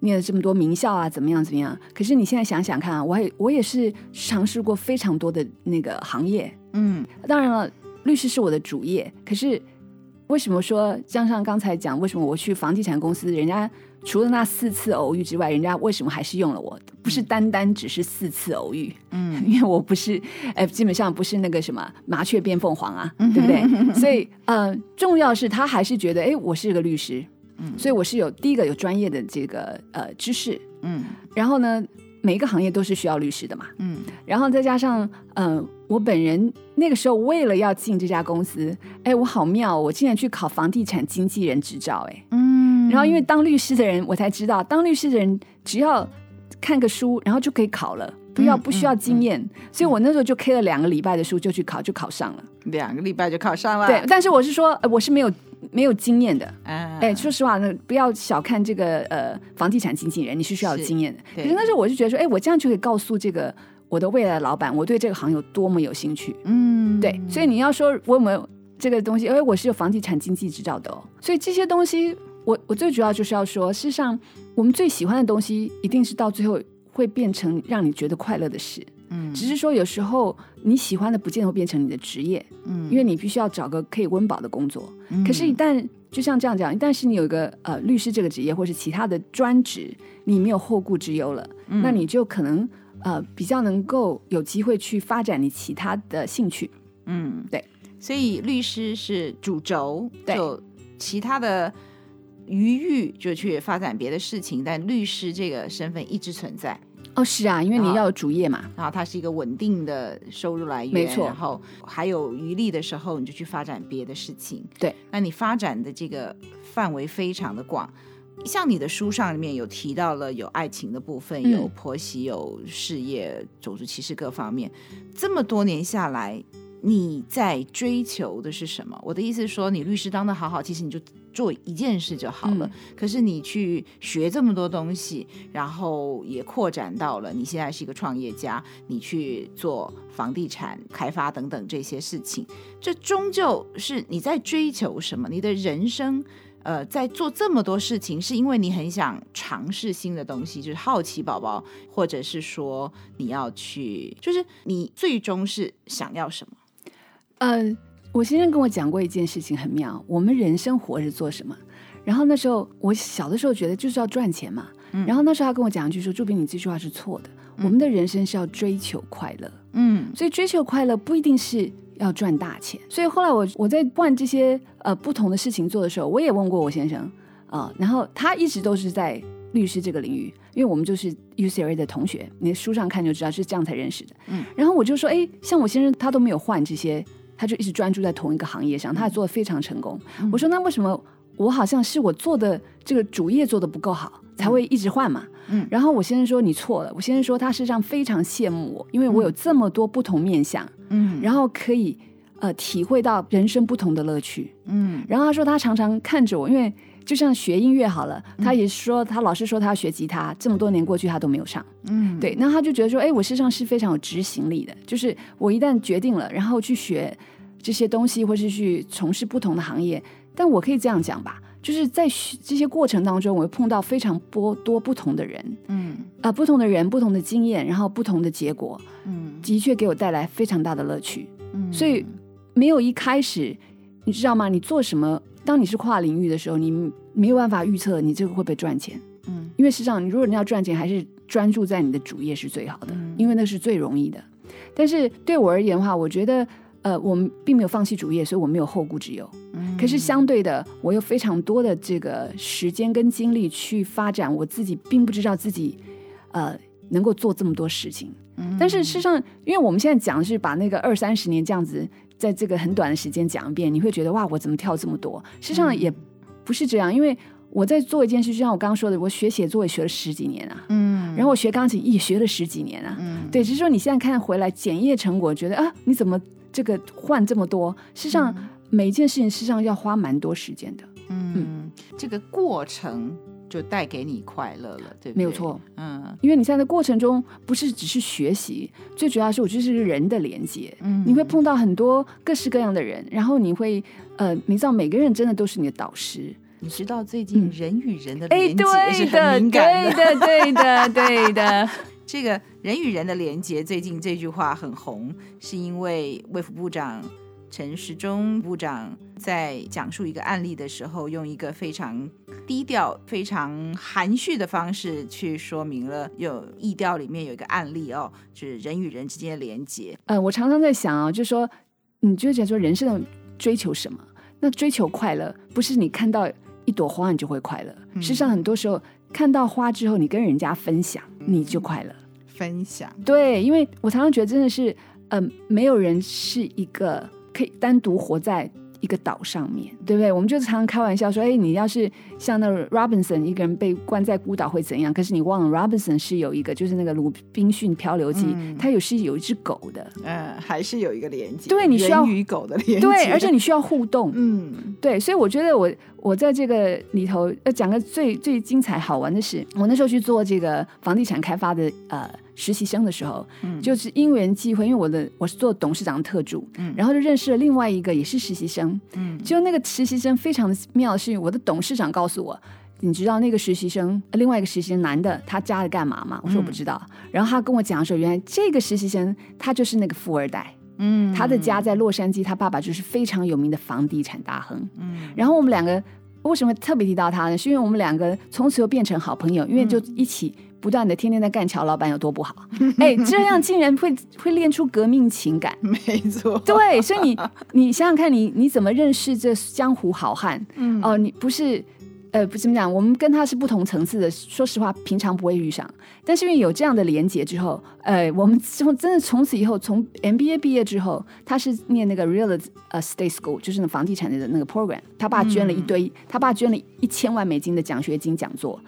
S2: 念了这么多名校啊，怎么样怎么样？可是你现在想想看啊，我也我也是尝试过非常多的那个行业，
S1: 嗯
S2: 当然了，律师是我的主业，可是为什么说江上刚才讲，为什么我去房地产公司，人家除了那四次偶遇之外，人家为什么还是用了我？不是单单只是四次偶遇，
S1: 嗯
S2: 因为我不是，哎，基本上不是那个什么麻雀变凤凰啊，对不对？所以，呃，重要是他还是觉得，哎，我是个律师，
S1: 嗯
S2: 所以我是有第一个有专业的这个呃知识，
S1: 嗯
S2: 然后呢，每一个行业都是需要律师的嘛，
S1: 嗯
S2: 然后再加上，呃，我本人那个时候为了要进这家公司，哎，我好妙哦，我竟然去考房地产经纪人执照，哎，
S1: 嗯，
S2: 然后因为当律师的人，我才知道，当律师的人只要看个书，然后就可以考了，不要
S1: 嗯
S2: 不需要经验，所以我那时候就 K 了两个礼拜的书就去考，就考上了。
S1: 两个礼拜就考上了，
S2: 对，但是我是说，呃我是没有没有经验的。
S1: 啊，
S2: 哎，说实话呢，不要小看这个呃房地产经纪人，你是需要有
S1: 是
S2: 经验的。可
S1: 对
S2: 是那时候我就觉得说，哎，我这样就可以告诉这个我的未来的老板，我对这个行有多么有兴趣。
S1: 嗯，
S2: 对，所以你要说我有没有这个东西？因为我是有房地产经济执照的哦，所以这些东西，我我最主要就是要说，事实上我们最喜欢的东西，一定是到最后会变成让你觉得快乐的事。
S1: 嗯
S2: 只是说有时候你喜欢的不见得会变成你的职业，
S1: 嗯
S2: 因为你必须要找个可以温饱的工作。
S1: 嗯
S2: 可是，一旦就像这样讲，一旦是你有一个呃律师这个职业，或是其他的专职，你没有后顾之忧了，
S1: 嗯
S2: 那你就可能呃比较能够有机会去发展你其他的兴趣。
S1: 嗯
S2: 对，
S1: 所以律师是主轴，
S2: 对
S1: 就其他的余欲就去发展别的事情，但律师这个身份一直存在，
S2: 哦，是啊，因为你
S1: 啊
S2: 要有主业嘛。
S1: 然后它是一个稳定的收入来源，
S2: 没错
S1: 然后还有余力的时候，你就去发展别的事情。
S2: 对，
S1: 那你发展的这个范围非常的广。像你的书上里面有提到了有爱情的部分，
S2: 嗯
S1: 有婆媳，有事业、种族歧视各方面。这么多年下来，你在追求的是什么？我的意思是说，你律师当的好好，其实你就做一件事就好了。
S2: 嗯
S1: 可是你去学这么多东西，然后也扩展到了你现在是一个创业家，你去做房地产开发等等这些事情，这终究是你在追求什么？你的人生。呃，在做这么多事情，是因为你很想尝试新的东西，就是好奇宝宝，或者是说你要去，就是你最终是想要什么？
S2: 呃，我先生跟我讲过一件事情很妙，我们人生活着做什么？然后那时候我小的时候觉得就是要赚钱嘛，
S1: 嗯
S2: 然后那时候他跟我讲一句说：“祝斌，你这句话是错的，我们的人生是要追求快乐，
S1: 嗯
S2: 所以追求快乐不一定是。”要赚大钱，所以后来我我在办这些呃不同的事情做的时候，我也问过我先生啊、然后他一直都是在律师这个领域，因为我们就是 UCLA 的同学，你书上看就知道是这样才认识的。然后我就说，哎，像我先生他都没有换这些，他就一直专注在同一个行业上，他也做的非常成功。我说那为什么我好像是我做的这个主业做的不够好，才会一直换嘛？
S1: 嗯
S2: 然后我先生说你错了，我先生说他事实上非常羡慕我，因为我有这么多不同面相，
S1: 嗯
S2: 然后可以呃体会到人生不同的乐趣。
S1: 嗯
S2: 然后他说他常常看着我，因为。就像学音乐好了，他也说他老师说他要学吉他，这么多年过去他都没有上。
S1: 嗯，
S2: 对，那他就觉得说，哎，我事实上是非常有执行力的，就是我一旦决定了，然后去学这些东西，或是去从事不同的行业，但我可以这样讲吧，就是在学这些过程当中，我会碰到非常多多不同的人，
S1: 嗯
S2: 啊、不同的人，不同的经验，然后不同的结果，
S1: 嗯
S2: 的确给我带来非常大的乐趣。
S1: 嗯，
S2: 所以没有一开始，你知道吗？你做什么？当你是跨领域的时候，你没有办法预测你这个会不会赚钱。
S1: 嗯
S2: 因为实际上，你如果你要赚钱，还是专注在你的主业是最好的，
S1: 嗯
S2: 因为那是最容易的。但是对我而言的话，我觉得，呃，我们并没有放弃主业，所以我没有后顾之忧。
S1: 嗯
S2: 可是相对的，我有非常多的这个时间跟精力去发展我自己，并不知道自己，呃，能够做这么多事情。
S1: 嗯
S2: 但是事实上，因为我们现在讲的是把那个二三十年这样子，在这个很短的时间讲一遍，你会觉得哇，我怎么跳这么多？事
S1: 嗯
S2: 实上也不是这样，因为我在做一件事，就像我刚刚说的，我学写作也学了十几年啊，
S1: 嗯
S2: 然后我学钢琴也学了十几年啊，
S1: 嗯
S2: 对，只是说你现在看回来检验成果，觉得啊，你怎么这个换这么多？事实上，每一件事情事实上要花蛮多时间的。
S1: 嗯，这个过程就带给你快乐了，对不对？
S2: 没有，错，
S1: 嗯
S2: 因为你在这过程中不是只是学习，最主要是我就是人的连接。
S1: 嗯，
S2: 你会碰到很多各式各样的人，然后你会呃，你知道每个人真的都是你的导师。
S1: 你知道最近
S2: 嗯
S1: 人与人的
S2: 哎，
S1: 连接是
S2: 对的，
S1: 很敏
S2: 对
S1: 感的，
S2: 的，对 的，对的，
S1: 这个人与人的连接，最近这句话很红，是因为卫福部长陈时中部长在讲述一个案例的时候，用一个非常低调、非常含蓄的方式去说明了有意调里面有一个案例哦，就是人与人之间的连接。
S2: 呃，我常常在想啊，就说你就觉得说人生的追求什么？那追求快乐，不是你看到一朵花你就会快乐。
S1: 嗯
S2: 事实上，很多时候看到花之后，你跟人家分享，你
S1: 嗯
S2: 就快乐。
S1: 分享，
S2: 对，因为我常常觉得真的是，嗯、没有人是一个可以单独活在。一个岛上面，对不对？我们就常常开玩笑说，哎，你要是像那个 Robinson 一个人被关在孤岛会怎样？可是你忘了，Robinson 是有一个，就是那个鲁滨逊漂流记，
S1: 嗯
S2: 它有是有一只狗的，
S1: 嗯，还是有一个连接，
S2: 对你需要
S1: 人与狗的连接，
S2: 对，而且你需要互动。
S1: 嗯
S2: 对，所以我觉得我我在这个里头要讲个最最精彩好玩的事。我那时候去做这个房地产开发的呃实习生的时候，
S1: 嗯
S2: 就是因缘际会，因为我的我是做董事长特助，
S1: 嗯
S2: 然后就认识了另外一个也是实习生。
S1: 嗯
S2: 就那个实习生非常的妙的是，我的董事长告诉我，你知道那个实习生，呃另外一个实习生男的，他家里干嘛吗？我说我不
S1: 嗯
S2: 知道。然后他跟我讲说，原来这个实习生他就是那个富二代。
S1: 嗯
S2: 他的家在洛杉矶，他爸爸就是非常有名的房地产大亨。
S1: 嗯
S2: 然后我们两个为什么特别提到他呢？是因为我们两个从此又变成好朋友，因为就一起不断的天天在干乔老板有多不好，哎，这样竟然会会练出革命情感。
S1: 没错，
S2: 对，所以你你想想看你，你怎么认识这江湖好汉？
S1: 嗯
S2: 哦、你不是。呃，不怎么讲，我们跟他是不同层次的。说实话，平常不会遇上，但是因为有这样的连结之后，呃，我们从真的从此以后，从 MBA 毕业之后，他是念那个 real estate 呃 school，就是那房地产的那个 program。他爸捐了一堆，他爸捐了一千万美金的奖学金讲座，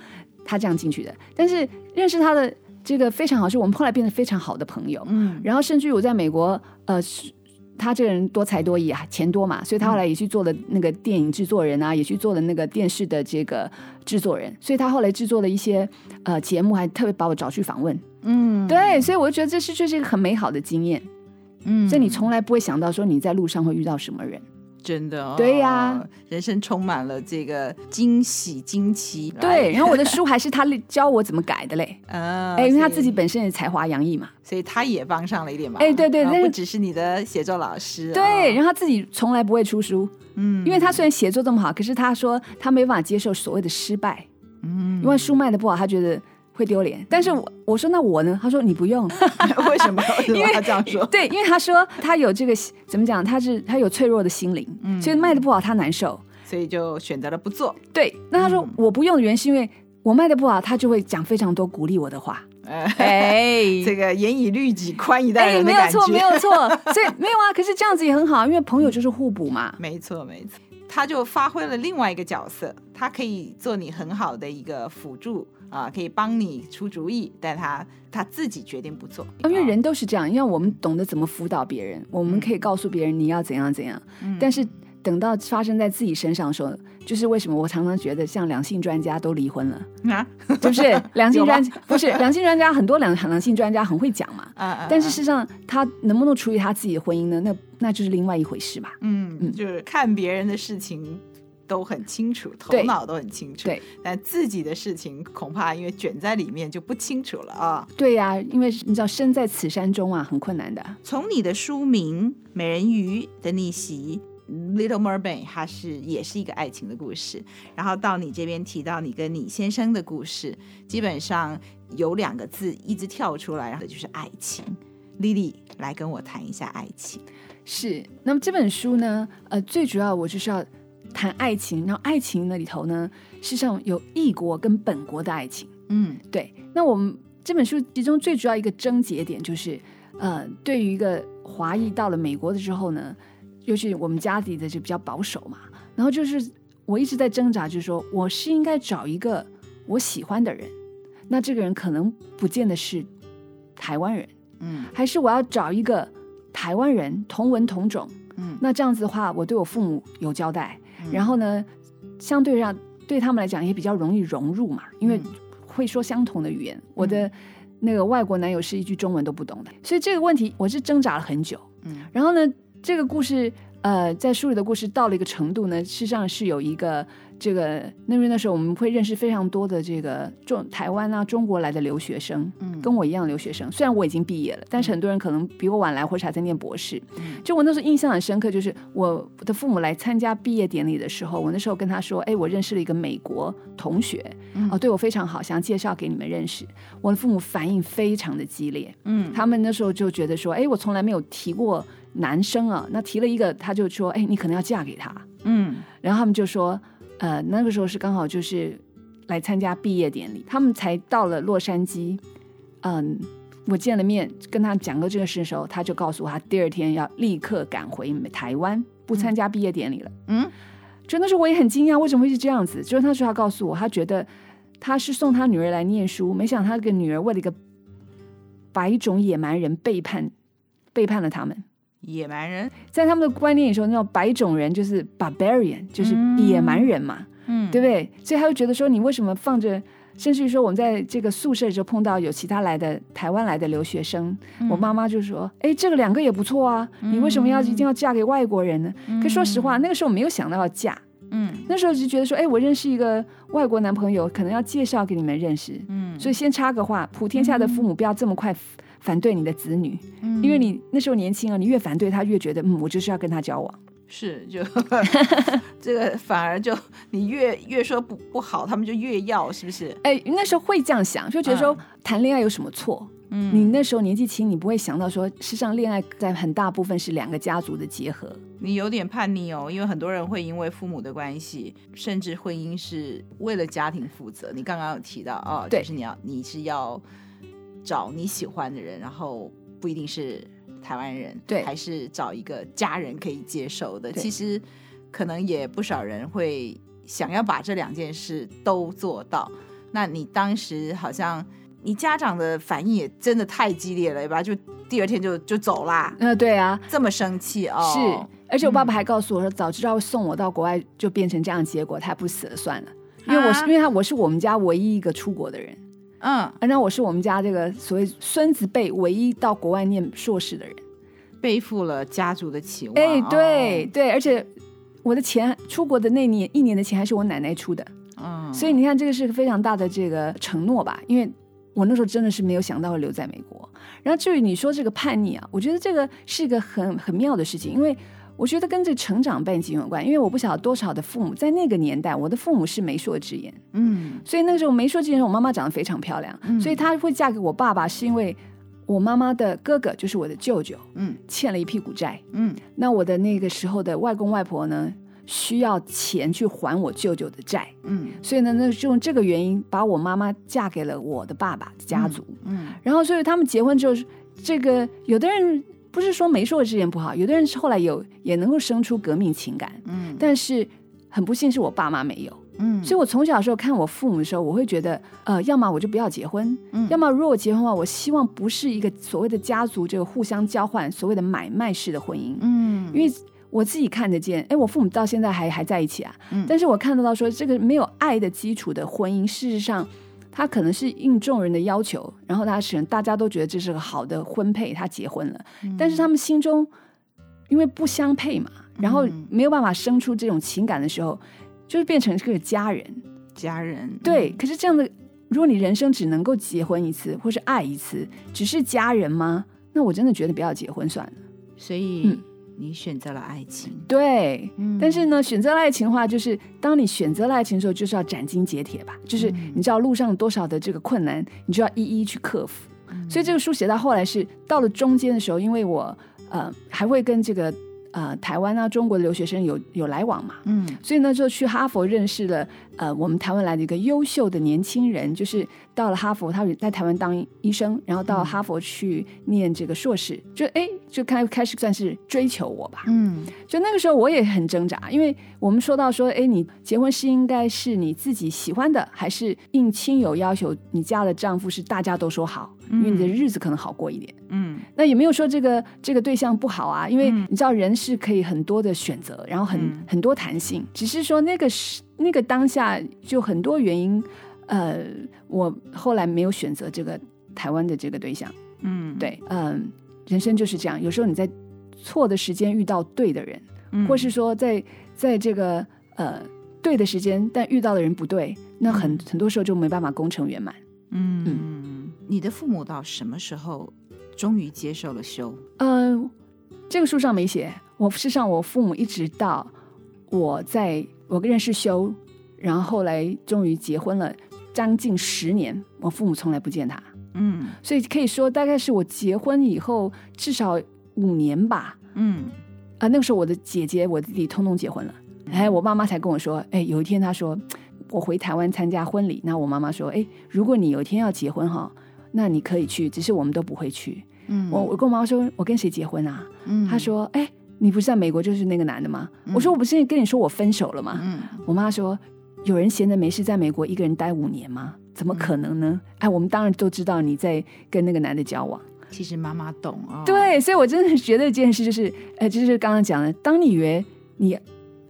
S2: 他这样进去的。但是认识他的这个非常好，是我们后来变得非常好的朋友。
S1: 嗯
S2: 然后甚至于我在美国，呃，是他这个人多才多艺啊，钱多嘛，所以他
S1: 嗯
S2: 后来也去做了那个电影制作人啊，也去做了那个电视的这个制作人，所以他后来制作了一些呃节目，还特别把我找去访问。
S1: 嗯，
S2: 对，所以我就觉得这是这是一个很美好的经验。
S1: 嗯
S2: 所以你从来不会想到说你在路上会遇到什么人，
S1: 真的、哦，
S2: 对呀
S1: 人生充满了这个惊喜、惊奇。
S2: 对。，然后我的书还是他教我怎么改的嘞，
S1: 呃，
S2: 哎，因为他自己
S1: 所
S2: 本身也才华洋溢嘛。
S1: 以，所以他也帮上了一点忙。
S2: 哎对对
S1: 啊
S2: 但是
S1: 不只是你的写作老师、哦。
S2: 对，然后他自己从来不会出书，
S1: 嗯，
S2: 因为他虽然写作这么好，可是他说他没办法接受所谓的失败。
S1: 嗯，
S2: 因为书卖的不好，他觉得会丢脸。但是我我说那我呢？他说你 不用，
S1: 为什么？为什
S2: 因
S1: 么
S2: 为
S1: 他这样说？
S2: 对，因为他说他有这个怎么讲？他是他有脆弱的心灵，
S1: 嗯
S2: 所以卖的不好他难受。
S1: 所以就选择了不做。
S2: 对，那他说
S1: 嗯
S2: 我不用的原因是因为我卖的不好，他就会讲非常多鼓励我的 话。
S1: 呃，
S2: 哎
S1: 这个严以律己，宽以待
S2: 哎，
S1: 人的
S2: 没有
S1: 感觉。
S2: 错，没有 错，所以没有啊。可是这样子也很好，因为朋友就是互补嘛。
S1: 没错，没错，他就发挥了另外一个角色，他可以做你很好的一个辅助啊，可以帮你出主意，但他他自己决定不做，
S2: 因为人都是这样，因为我们懂得怎么辅导别人，我们可以告诉别人你要怎样怎样。
S1: 嗯
S2: 但是等到发生在自己身上的时候，就是为什么我常常觉得像两性专家都离婚 了，
S1: 啊，
S2: 是不是？两性
S1: 有吗
S2: 专不是两性专家，很多两两性专家很会讲嘛。
S1: 啊啊，
S2: 但是事实上，他能不能处理他自己的婚姻呢？那那就是另外一回事吧。
S1: 嗯，
S2: 嗯
S1: 就是看别人的事情都很清楚，头
S2: 对
S1: 脑都很清楚，
S2: 对
S1: 但自己的事情恐怕因为卷在里面就不清楚了啊。
S2: 对呀、因为你知道身在此山中啊，很困难的。
S1: 从你的书名《美人鱼的逆袭》。Little Mermaid，它是也是一个爱情的故事。然后到你这边提到你跟你先生的故事，基本上有两个字一直跳出来，然后就是爱情。Lily 来跟我谈一下爱情。
S2: 是，那么这本书呢，呃，最主要我就是要谈爱情，然后爱情那里头呢，事实上有异国跟本国的爱情。
S1: 嗯
S2: 对，那我们这本书其中最主要一个症结点就是，呃，对于一个华裔到了美国的之后呢，尤其我们家里的就比较保守嘛，然后就是我一直在挣扎，就是说我是应该找一个我喜欢的人，那这个人可能不见得是台湾人，
S1: 嗯
S2: 还是我要找一个台湾人同文同种，
S1: 嗯
S2: 那这样子的话，我对我父母有交代，
S1: 嗯
S2: 然后呢，相对上对他们来讲也比较容易融入嘛，因为
S1: 嗯
S2: 会说相同的语言。我的那个外国男友是一句中文都不懂的，所以这个问题我是挣扎了很久。
S1: 嗯
S2: 然后呢，这个故事，呃，在书里的故事到了一个程度呢，事实上是有一个这个，那边那时候我们会认识非常多的这个中台湾啊、中国来的留学生，
S1: 嗯
S2: 跟我一样的留学生。虽然我已经毕业了，但是很多人可能比我晚来，或是还在念博士。
S1: 嗯
S2: 就我那时候印象很深刻，就是我的父母来参加毕业典礼的时候，我那时候跟他说：“哎，我认识了一个美国同学，
S1: 嗯
S2: 哦，对我非常好，想介绍给你们认识。”我的父母反应非常的激烈，
S1: 嗯
S2: 他们那时候就觉得说，哎，我从来没有提过男生啊，那提了一个，他就说，哎，你可能要嫁给他。
S1: 嗯
S2: 然后他们就说，呃，那个时候是刚好就是来参加毕业典礼，他们才到了洛杉矶，嗯。我见了面，跟他讲过这个事的时候，他就告诉我，他第二天要立刻赶回台湾，不参加毕业典礼了。
S1: 嗯
S2: 就那时候我也很惊讶，为什么会是这样子？就是那时候他告诉我，他觉得他是送他女儿来念书，没想到他这个女儿为了一个白种野蛮人背叛，背叛了他们。
S1: 野蛮人，
S2: 在他们的观念里说，那种白种人就是 barbarian，就是
S1: 嗯
S2: 野蛮人嘛，
S1: 嗯
S2: 对不对？所以他就觉得说，你为什么放着？甚至于说，我们在这个宿舍就碰到有其他来的台湾来的留学生，
S1: 嗯
S2: 我妈妈就说：“哎，这个两个也不错啊，你为什么要一定要嫁给外国人呢？”可说实话，那个时候没有想到要嫁，
S1: 嗯
S2: 那时候就觉得说，哎，我认识一个外国男朋友，可能要介绍给你们认识，
S1: 嗯，
S2: 所以先插个话，普天下的父母不要这么快反反对你的子女，
S1: 嗯
S2: 因为你那时候年轻啊，你越反对他，越觉得，嗯，我就是要跟他交往。
S1: 是 就这个反而就你越越说不不好，他们就越要，是不是？
S2: 哎，那时候会这样想，就觉得说、谈恋爱有什么错？
S1: 嗯
S2: 你那时候年纪轻，你不会想到说，事实上恋爱在很大部分是两个家族的结合。
S1: 你有点叛逆哦，因为很多人会因为父母的关系，甚至婚姻是为了家庭负责。你刚刚有提到哦，
S2: 对
S1: 就是你要你是要找你喜欢的人，然后不一定是台湾人，
S2: 对
S1: 还是找一个家人可以接受的。
S2: 对
S1: 其实可能也不少人会想要把这两件事都做到。那你当时好像你家长的反应也真的太激烈了吧？就第二天就就走啦，
S2: 呃，对啊，
S1: 这么生气哦？嗯
S2: 是，而且我爸爸还告诉我说，早知道送我到国外就变成这样的结果，他还不死了算了。因为我是、
S1: 啊
S2: 因为他我是我们家唯一一个出国的人，
S1: 嗯。
S2: 啊那我是我们家这个所谓孙子辈唯一到国外念硕士的人。
S1: 背负了家族的期望。
S2: 哎、对
S1: 哦，
S2: 对，而且我的钱出国的那年一年的钱还是我奶奶出的，
S1: 嗯，
S2: 所以你看这个是个非常大的这个承诺吧，因为。我那时候真的是没有想到会留在美国。然后至于你说这个叛逆啊，我觉得这个是一个很很妙的事情，因为我觉得跟这个成长背景有关。因为我不晓得多少的父母在那个年代，我的父母是媒妁之言，
S1: 嗯
S2: 所以那个时候媒妁之前，我妈妈长得非常漂亮，
S1: 嗯
S2: 所以她会嫁给我爸爸，是因为我妈妈的哥哥就是我的舅舅，
S1: 嗯
S2: 欠了一屁股债。
S1: 嗯
S2: 那我的那个时候的外公外婆呢，需要钱去还我舅舅的债，
S1: 嗯
S2: 所以呢，那就用这个原因把我妈妈嫁给了我的爸爸的家族。
S1: 嗯
S2: 然后，所以他们结婚之后，这个有的人不是说媒妁之言不好，有的人是后来有也能够生出革命情感，
S1: 嗯
S2: 但是很不幸是我爸妈没有。
S1: 嗯，
S2: 所以我从小的时候看我父母的时候，我会觉得，呃，要么我就不要结婚，
S1: 嗯
S2: 要么如果我结婚的话，我希望不是一个所谓的家族这个互相交换、所谓的买卖式的婚姻，
S1: 嗯
S2: 因为。我自己看得见，哎，我父母到现在还还在一起啊，
S1: 嗯
S2: 但是我看得到说这个没有爱的基础的婚姻，事实上，它可能是应众人的要求，然后他使大家都觉得这是个好的婚配，他结婚了，
S1: 嗯
S2: 但是他们心中因为不相配嘛，然后
S1: 嗯
S2: 没有办法生出这种情感的时候，就是变成是个家人。
S1: 家人嗯
S2: 对，可是这样的，如果你人生只能够结婚一次，或是爱一次，只是家人吗？那我真的觉得不要结婚算了。
S1: 嗯，所以
S2: 嗯
S1: 你选择了爱情，
S2: 对，
S1: 嗯
S2: 但是呢，选择了爱情的话，就是当你选择了爱情的时候，就是要斩钉截铁吧，就是
S1: 嗯
S2: 你知道路上有多少的这个困难，你就要一一去克服。
S1: 嗯
S2: 所以这个书写到后来是到了中间的时候，因为我呃还会跟这个呃台湾啊中国的留学生有有来往嘛，
S1: 嗯
S2: 所以呢，就去哈佛认识了呃我们台湾来的一个优秀的年轻人，就是到了哈佛，他在台湾当医生，然后到哈佛去念这个硕士，就哎就开开始算是追求我吧。
S1: 嗯
S2: 就那个时候我也很挣扎，因为我们说到说，哎，你结婚是应该是你自己喜欢的，还是应亲友要求你嫁的丈夫是大家都说好，因为你的日子可能好过一点。
S1: 嗯
S2: 那也没有说这个这个对象不好啊，因为
S1: 嗯
S2: 你知道人是可以很多的选择，然后很、
S1: 嗯
S2: 很多弹性，只是说那个时那个当下就很多原因，呃，我后来没有选择这个台湾的这个对象。
S1: 嗯，
S2: 对，嗯、人生就是这样，有时候你在错的时间遇到对的人，
S1: 嗯，
S2: 或是说在在这个呃对的时间，但遇到的人不对，那很很多时候就没办法功成圆满。
S1: 嗯，你的父母到什么时候终于接受了修？
S2: 嗯、这个书上没写，我事实上我父母一直到我在我认识修，然后后来终于结婚了，将近十年，我父母从来不见他，
S1: 嗯
S2: 所以可以说大概是我结婚以后至少五年吧，
S1: 嗯
S2: 啊，那个时候我的姐姐、我弟弟通通结婚了，哎，我妈妈才跟我说，哎，有一天她说，我回台湾参加婚礼，那我妈妈说，哎，如果你有一天要结婚哈，那你可以去，只是我们都不会去。
S1: 嗯
S2: 我我跟我妈妈说，我跟谁结婚啊？
S1: 嗯
S2: 她，说，哎，你不是在美国就是那个男的吗？我说我不是跟你说我分手了吗？
S1: 嗯
S2: 我妈说，有人闲着没事在美国一个人待五年吗？怎
S1: 嗯
S2: 么可能呢？哎，我们当然都知道你在跟那个男的交往。
S1: 其实妈妈懂哦，，
S2: 对，所以我真的觉得一件事就是，呃，就是刚刚讲的，当你以为你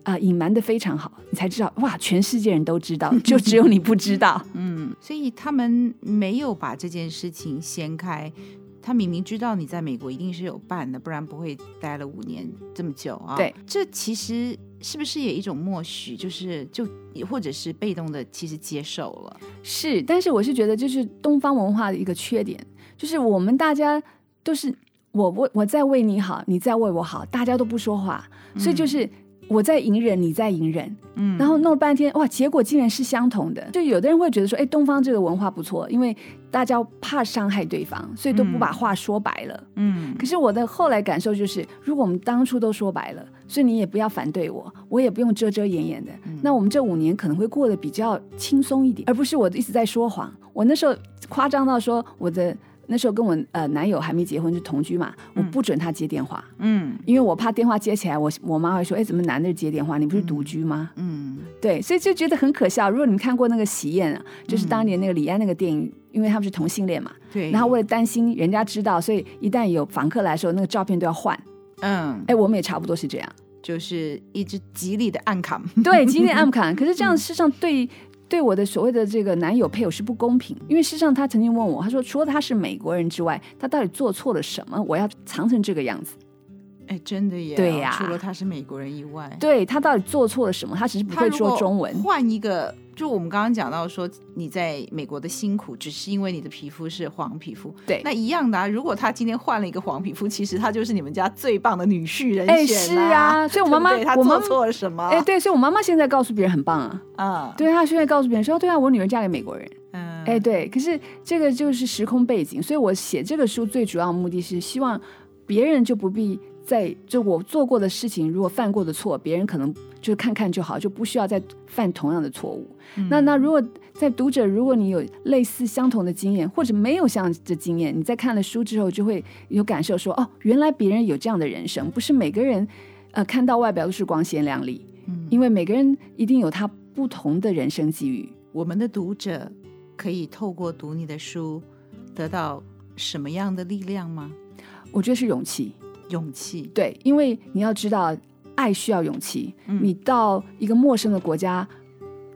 S2: 啊、隐瞒的非常好，你才知道哇，全世界人都知道，就只有你不知道。
S1: 嗯，所以他们没有把这件事情掀开。他明明知道你在美国一定是有伴的，不然不会待了五年这么久啊。
S2: 对，
S1: 这其实是不是也一种默许，就是就或者是被动的，其实接受了。
S2: 是，但是我是觉得这是东方文化的一个缺点，就是我们大家都是我为我在为你好，你在为我好，大家都不说话，所以就是。我在隐忍，你在隐忍，
S1: 嗯
S2: 然后弄了半天，哇，结果竟然是相同的。就有的人会觉得说，哎，东方这个文化不错，因为大家怕伤害对方，所以都不把话说白了。
S1: 嗯
S2: 可是我的后来感受就是，如果我们当初都说白了，所以你也不要反对我，我也不用遮遮掩掩的，那我们这五年可能会过得比较轻松一点，而不是我一直在说谎。我那时候夸张到说，我的那时候跟我呃男友还没结婚就同居嘛，我不准他接电话，
S1: 嗯
S2: 因为我怕电话接起来，我我妈会说，哎，怎么男的接电话？你不是独居吗？
S1: 嗯
S2: 对，所以就觉得很可笑。如果你们看过那个《喜宴》啊，就是当年那个李安那个电影，因为他们是同性恋嘛，
S1: 对，
S2: 然后为了担心人家知道，所以一旦有访客来的时候，那个照片都要换。
S1: 嗯，
S2: 哎，我们也差不多是这样。
S1: 就是一直极力的暗扛。
S2: 对，今天暗砍，可是这样事实上对 对我的所谓的这个男友配偶是不公平，因为事实上他曾经问我，他说除了他是美国人之外，他到底做错了什么？我要藏成这个样子？
S1: 哎，真的耶！
S2: 对呀
S1: 除了他是美国人以外，
S2: 对他到底做错了什么？他只是不
S1: 他
S2: 会
S1: 如
S2: 说
S1: 果
S2: 中文。
S1: 换一个，就我们刚刚讲到说，你在美国的辛苦，只是因为你的皮肤是黄皮肤，
S2: 对
S1: 那一样的啊。如果他今天换了一个黄皮肤，其实他就是你们家最棒的女婿人选啦、
S2: 哎，是 啊，所以我妈妈，
S1: 对不对他
S2: 我妈
S1: 做
S2: 妈。
S1: 错了什么？
S2: 哎，对，所以我妈妈现在告诉别人很棒啊，
S1: 啊，
S2: 对她现在告诉别人说，对啊，我女儿嫁给美国人，
S1: 嗯，
S2: 哎，对，可是这个就是时空背景，所以我写这个书最主要的目的是希望别人就不必再就我做过的事情，如果犯过的错，别人可能就看看就好，就不需要再犯同样的错误。那那如果在读者，如果你有类似相同的经验，或者没有像这经验，你在看了书之后就会有感受说，哦，原来别人有这样的人生，不是每个人呃看到外表都是光鲜亮丽，
S1: 嗯
S2: 因为每个人一定有他不同的人生际遇。
S1: 我们的读者可以透过读你的书得到什么样的力量吗？
S2: 我觉得是勇气。
S1: 勇气，
S2: 对，因为你要知道，爱需要勇气。
S1: 嗯
S2: 你到一个陌生的国家，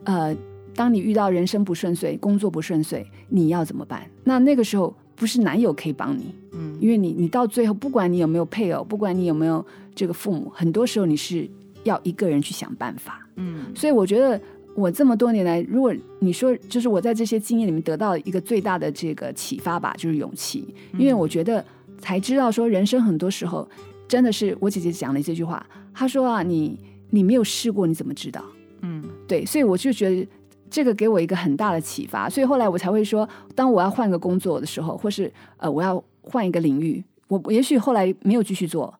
S2: 呃，当你遇到人生不顺遂、工作不顺遂，你要怎么办？那那个时候不是男友可以帮你，
S1: 嗯
S2: 因为你你到最后，不管你有没有配偶，不管你有没有这个父母，很多时候你是要一个人去想办法。
S1: 嗯
S2: 所以我觉得。我这么多年来，如果你说就是我在这些经验里面得到一个最大的这个启发吧，就是勇气，因为我觉得才知道说人生很多时候真的是我姐姐讲了这句话，她说啊，你你没有试过你怎么知道？
S1: 嗯
S2: 对，所以我就觉得这个给我一个很大的启发，所以后来我才会说，当我要换个工作的时候，或是呃我要换一个领域，我我也许后来没有继续做，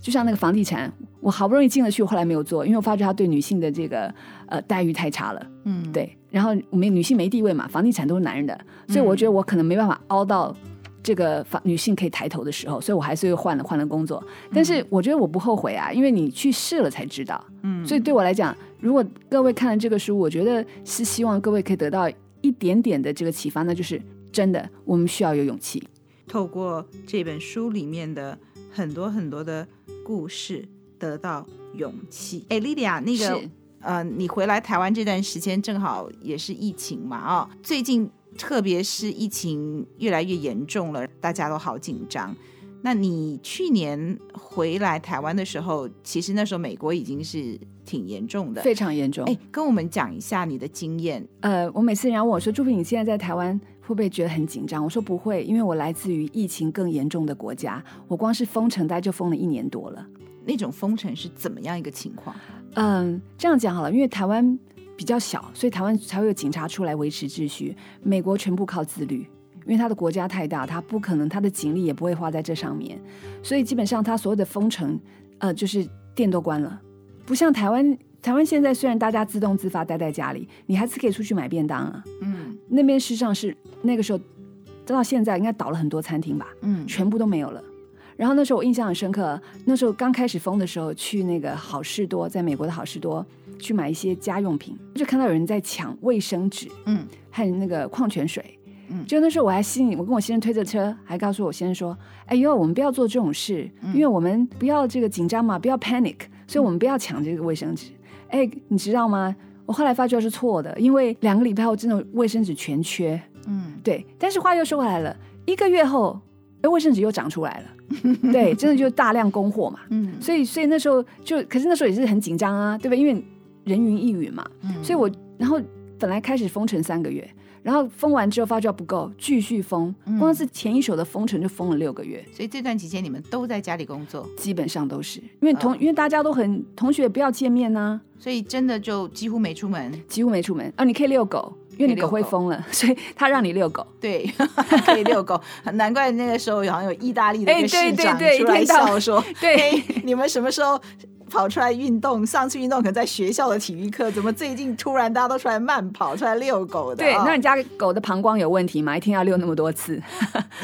S2: 就像那个房地产，我好不容易进了去，我后来没有做，因为我发觉它对女性的这个呃待遇太差了，
S1: 嗯，，
S2: 对，然后没女性没地位嘛，房地产都是男人的，所以我觉得我可能没办法凹到。这个房女性可以抬头的时候，所以我还是又换了换了工作，但是我觉得我不后悔啊，因为你去试了才知道。
S1: 嗯，
S2: 所以对我来讲，如果各位看了这个书，我觉得是希望各位可以得到一点点的这个启发，那就是真的，我们需要有勇气。
S1: 透过这本书里面的很多很多的故事，得到勇气。哎，莉莉亚，那个
S2: 是
S1: 呃，你回来台湾这段时间正好也是疫情嘛，哦，最近特别是疫情越来越严重了，大家都好紧张。那你去年回来台湾的时候，其实那时候美国已经是挺严重的。
S2: 非常严重。
S1: 哎，跟我们讲一下你的经验。
S2: 呃，我每次人家问我说：“朱平，你现在在台湾会不会觉得很紧张？”我说不会，因为我来自于疫情更严重的国家，我光是封城大概就封了一年多了。
S1: 那种封城是怎么样一个情况？
S2: 嗯，这样讲好了，因为台湾比较小，所以台湾才会有警察出来维持秩序。美国全部靠自律，因为它的国家太大，它不可能，它的警力也不会花在这上面，所以基本上它所有的封城，呃，就是店都关了，不像台湾。台湾现在虽然大家自动自发待在家里，你还是可以出去买便当啊。
S1: 嗯
S2: 那边事实上是那个时候，到现在应该倒了很多餐厅吧。
S1: 嗯
S2: 全部都没有了。然后那时候我印象很深刻，那时候刚开始封的时候，去那个好事多，在美国的好事多去买一些家用品，就看到有人在抢卫生纸
S1: 嗯
S2: 和那个矿泉水。
S1: 嗯
S2: 就那时候我还心里，我跟我先生推着车，还告诉我先生说：“哎呦，我们不要做这种事，因为我们不要这个紧张嘛，不要 panic，所以我们不要抢这个卫生纸。”哎，你知道吗？我后来发觉是错的，因为两个礼拜后真的卫生纸全缺。
S1: 嗯，
S2: 对，但是话又说回来了，一个月后，哎，卫生纸又涨出来了，对，真的就大量供货嘛。
S1: 嗯
S2: 所以，所以那时候就，可是那时候也是很紧张啊，对吧？因为人云亦云嘛。
S1: 嗯
S2: 所以我，然后本来开始封城三个月，然后封完之后发觉不够，继续封，光是前一手的封城就封了六个月，
S1: 所以这段期间你们都在家里工作，
S2: 基本上都是因为同，因为大家都很同学不要见面呐、
S1: 所以真的就几乎没出门。
S2: 几乎没出门啊。你可以遛狗，因为你狗会疯了，所以他让你遛狗。
S1: 对， 可以遛狗， 难怪那个时候好像有意大利的一个
S2: 哎对
S1: 市长
S2: 对对
S1: 出来
S2: 一天到
S1: 笑说：“
S2: 对
S1: 哎你们什么时候跑出来运动？上次运动可能在学校的体育课，怎么最近突然大家都出来慢跑、出来遛狗的？”
S2: 对，
S1: 啊
S2: 那你家狗的膀胱有问题吗？一天要遛那么多次？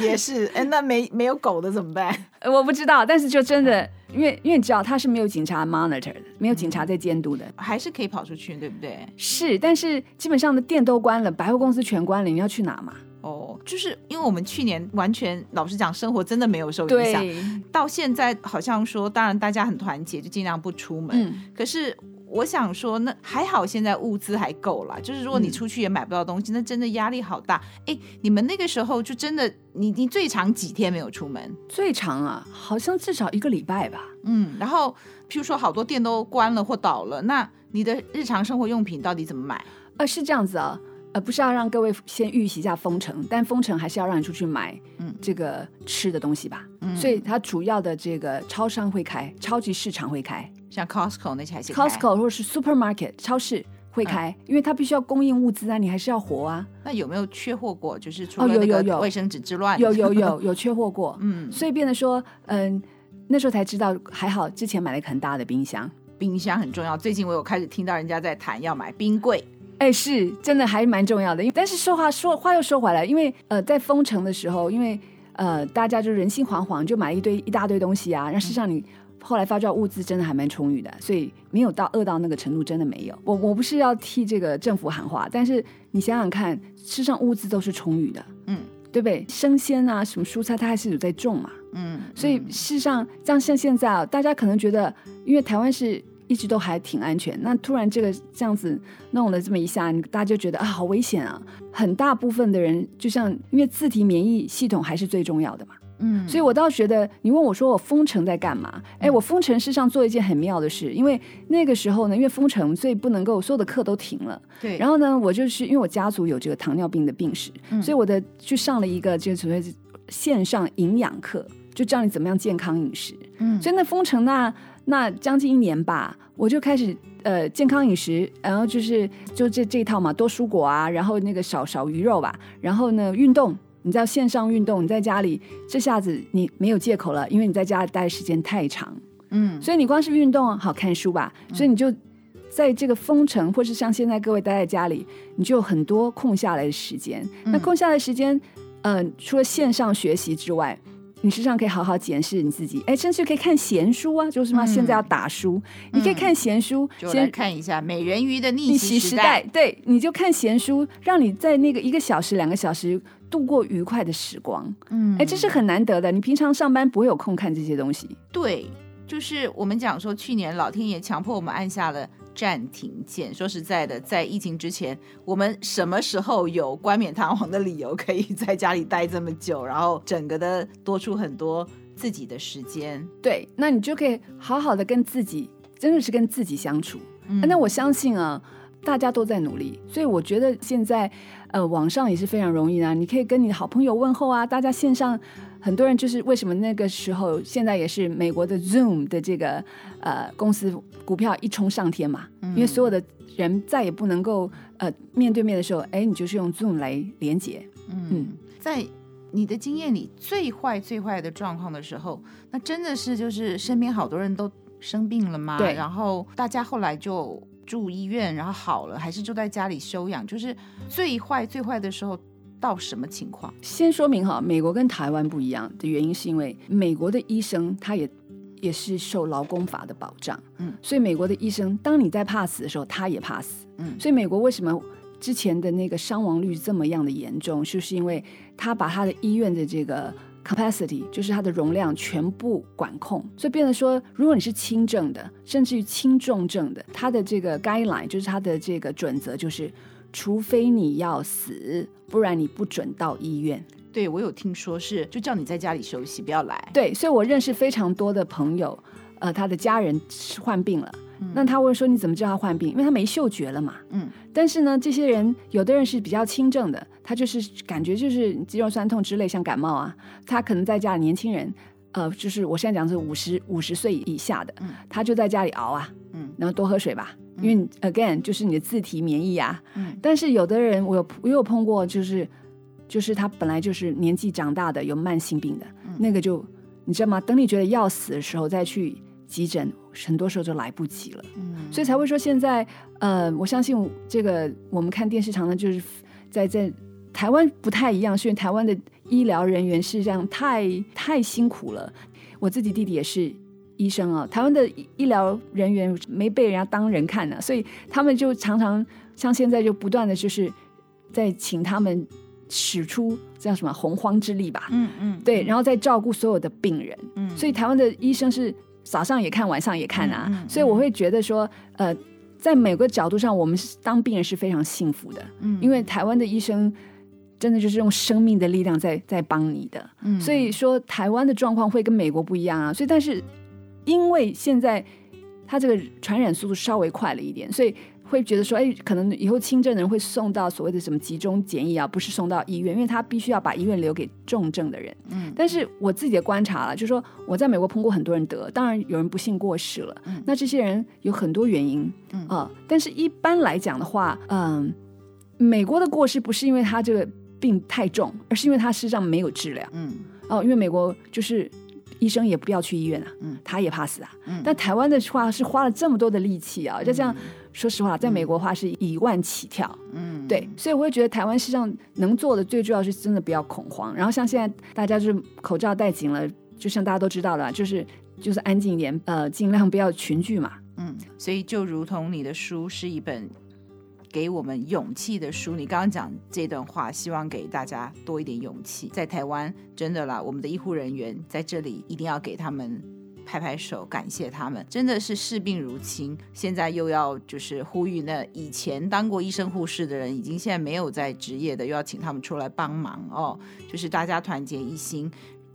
S1: 也是。哎，那没没有狗的怎么办？
S2: 呃我不知道，但是就真的，
S1: 嗯
S2: 因为因为你知道他是没有警察 monitor 的，没有警察在监督的。
S1: 还是可以跑出去，对不对？
S2: 是，但是基本上的店都关了，百货公司全关了，你要去哪嘛？
S1: 哦，就是因为我们去年完全，老实讲，生活真的没有受影响。，到现在好像说，当然大家很团结，就尽量不出门。
S2: 嗯，
S1: 可是我想说，那还好，现在物资还够啦。就是如果你
S2: 嗯
S1: 出去也买不到东西，那真的压力好大。哎，你们那个时候就真的，你你最长几天没有出门？
S2: 最长啊，好像至少一个礼拜吧。
S1: 嗯，然后譬如说好多店都关了或倒了，那你的日常生活用品到底怎么买？
S2: 呃，是这样子啊，呃，不是要让各位先预习一下封城，但封城还是要让你出去买，
S1: 嗯
S2: 这个吃的东西吧。
S1: 嗯
S2: 所以它主要的这个超商会开，超级市场会开，
S1: 像 Costco 那些还是
S2: Costco 或者是 supermarket 超市会开，
S1: 嗯
S2: 因为它必须要供应物资啊，你还是要活啊。
S1: 那有没有缺货过？就是除
S2: 哦
S1: 了
S2: 有
S1: 那
S2: 有
S1: 个
S2: 有
S1: 卫生纸之乱，
S2: 有有有有缺货过，
S1: 嗯，
S2: 所以变得说，嗯，那时候才知道，还好之前买了一个很大的冰箱。
S1: 冰箱很重要。最近我有开始听到人家在谈要买冰柜，
S2: 哎，是真的还蛮重要的，因为但是说话说话又说回来，因为呃，在封城的时候，因为呃，大家就人心惶惶，就买一堆一大堆东西啊，那事实上你。后来发觉物资真的还蛮充裕的，所以没有到饿到那个程度，真的没有。我我不是要替这个政府喊话，但是你想想看，事实上物资都是充裕的，
S1: 嗯
S2: 对不对？生鲜啊，什么蔬菜，它还是有在种嘛。
S1: 嗯，
S2: 所以
S1: 嗯
S2: 事实上，像像现在啊，大家可能觉得，因为台湾是一直都还挺安全，那突然这个这样子弄了这么一下，你大家就觉得啊，好危险啊！很大部分的人，就像因为自体免疫系统还是最重要的嘛，
S1: 嗯，
S2: 所以我倒觉得，你问我说我封城在干嘛？哎，我封城事实上做一件很妙的事，因为那个时候呢，因为封城，所以不能够所有的课都停了。
S1: 对，
S2: 然后呢，我就是因为我家族有这个糖尿病的病史，
S1: 嗯
S2: 所以我的去上了一个就是所谓线上营养课，就教你怎么样健康饮食。
S1: 嗯
S2: 所以那封城那那将近一年吧，我就开始呃健康饮食，然后就是就这这一套嘛，多蔬果啊，然后那个少少鱼肉吧，然后呢运动。你知道线上运动，你在家里，这下子你没有借口了，因为你在家里待的时间太长。
S1: 嗯
S2: 所以你光是运动好看书吧，所以你就在这个封城，或是像现在各位待在家里，你就有很多空下来的时间。
S1: 嗯
S2: 那空下来的时间，呃，除了线上学习之外。你实际上可以好好检视你自己，哎，甚至可以看闲书啊，就是嘛，
S1: 嗯
S2: 现在要打书，你可以看闲书，
S1: 就来看一下美人鱼的逆
S2: 逆
S1: 袭
S2: 袭
S1: 时
S2: 时
S1: 代
S2: 代，，对，你就看闲书，让你在那个一个小时、两个小时度过愉快的时光，
S1: 嗯
S2: 哎，这是很难得的。你平常上班不会有空看这些东西，
S1: 对，就是我们讲说，去年老天爷强迫我们按下了暂停键。说实在的，在疫情之前，我们什么时候有冠冕堂皇的理由可以在家里待这么久，然后整个的多出很多自己的时间？
S2: 对，那你就可以好好的跟自己，真的是跟自己相处。
S1: 嗯
S2: 那我相信啊，大家都在努力，所以我觉得现在呃网上也是非常容易的啊，你可以跟你的好朋友问候啊，大家线上。很多人就是为什么那个时候，现在也是美国的 Zoom 的这个呃公司股票一冲上天嘛，因为所有的人再也不能够呃面对面的时候，哎，你就是用 Zoom 来连接，
S1: 嗯，在你的经验里，最坏最坏的状况的时候，那真的是就是身边好多人都生病了吗？
S2: 对
S1: 然后大家后来就住医院，然后好了，还是就在家里休养。就是最坏最坏的时候到什么情况？
S2: 先说明哈，美国跟台湾不一样的原因是因为美国的医生他也也是受劳工法的保障，
S1: 嗯
S2: 所以美国的医生当你在怕死的时候，他也怕死，
S1: 嗯
S2: 所以美国为什么之前的那个伤亡率这么样的严重，就是因为他把他的医院的这个 capacity，就是它的容量全部管控，所以变得说，如果你是轻症的，甚至于轻重症的，它的这个 guideline 就是它的这个准则就是，除非你要死，不然你不准到医院。
S1: 对我有听说是就叫你在家里休息，不要来。
S2: 对，所以我认识非常多的朋友，呃，他的家人是患病了，那他会说你怎么知道他患病？因为他没嗅觉了嘛。
S1: 嗯
S2: 但是呢，这些人有的人是比较轻症的，他就是感觉就是肌肉酸痛之类，像感冒啊。他可能在家里，年轻人，呃，就是我现在讲的是五十五十岁以下的
S1: 嗯，
S2: 他就在家里熬啊，
S1: 嗯
S2: 然后多喝水吧，因为你 again 就是你的自体免疫啊。
S1: 嗯
S2: 但是有的人，我有我有碰过，就是就是他本来就是年纪长大的，有慢性病的，
S1: 嗯
S2: 那个就你知道吗？等你觉得要死的时候再去急诊，很多时候就来不及了。
S1: 嗯，
S2: 所以才会说现在，呃，我相信这个我们看电视常常就是在在台湾不太一样，是因为台湾的医疗人员是这样太太辛苦了。我自己弟弟也是医生啊，台湾的医医疗人员没被人家当人看呢、所以他们就常常像现在就不断的就是在请他们使出叫什么洪荒之力吧，
S1: 嗯嗯
S2: 对，然后再照顾所有的病人。
S1: 嗯，
S2: 所
S1: 以
S2: 以台湾的医生是早上也看，晚上也看啊。
S1: 嗯嗯嗯
S2: 所以我会觉得说，呃，在每个角度上，我们是当病人是非常幸福的，
S1: 嗯
S2: 因为台湾的医生真的就是用生命的力量在在帮你的。
S1: 嗯
S2: 所以说，台湾的状况会跟美国不一样啊。所以，但是因为现在它这个传染速度稍微快了一点，所以。会觉得说，哎，可能以后轻症的人会送到所谓的什么集中检疫啊，不是送到医院，因为他必须要把医院留给重症的人。
S1: 嗯
S2: 但是我自己的观察了，就是说我在美国碰过很多人得，当然有人不幸过世了。
S1: 嗯
S2: 那这些人有很多原因
S1: 嗯
S2: 啊、但是一般来讲的话，嗯、美国的过世不是因为他这个病太重，而是因为他实际上没有治疗
S1: 嗯
S2: 哦、因为美国就是医生也不要去医院啊，
S1: 嗯
S2: 他也怕死啊。
S1: 嗯
S2: 但台湾的话是花了这么多的力气啊，就这样，说实话，在美国的话是一万起跳。
S1: 嗯
S2: 对，所以我会觉得台湾实际上能做的最重要是真的不要恐慌。然后像现在大家就是口罩戴紧了，就像大家都知道了，就是就是安静一点，呃，尽量不要群聚嘛。
S1: 嗯，所以就如同你的书是一本给我们勇气的书，你刚刚讲这段话，希望给大家多一点勇气。在台湾，真的啦，我们的医护人员在这里一定要给他们。拍拍手，感谢他们，真的是视病如亲。现在又要就是呼吁那以前当过医生护士的人，已经现在没有在职业的，又要请他们出来帮忙哦。就是大家团结一心，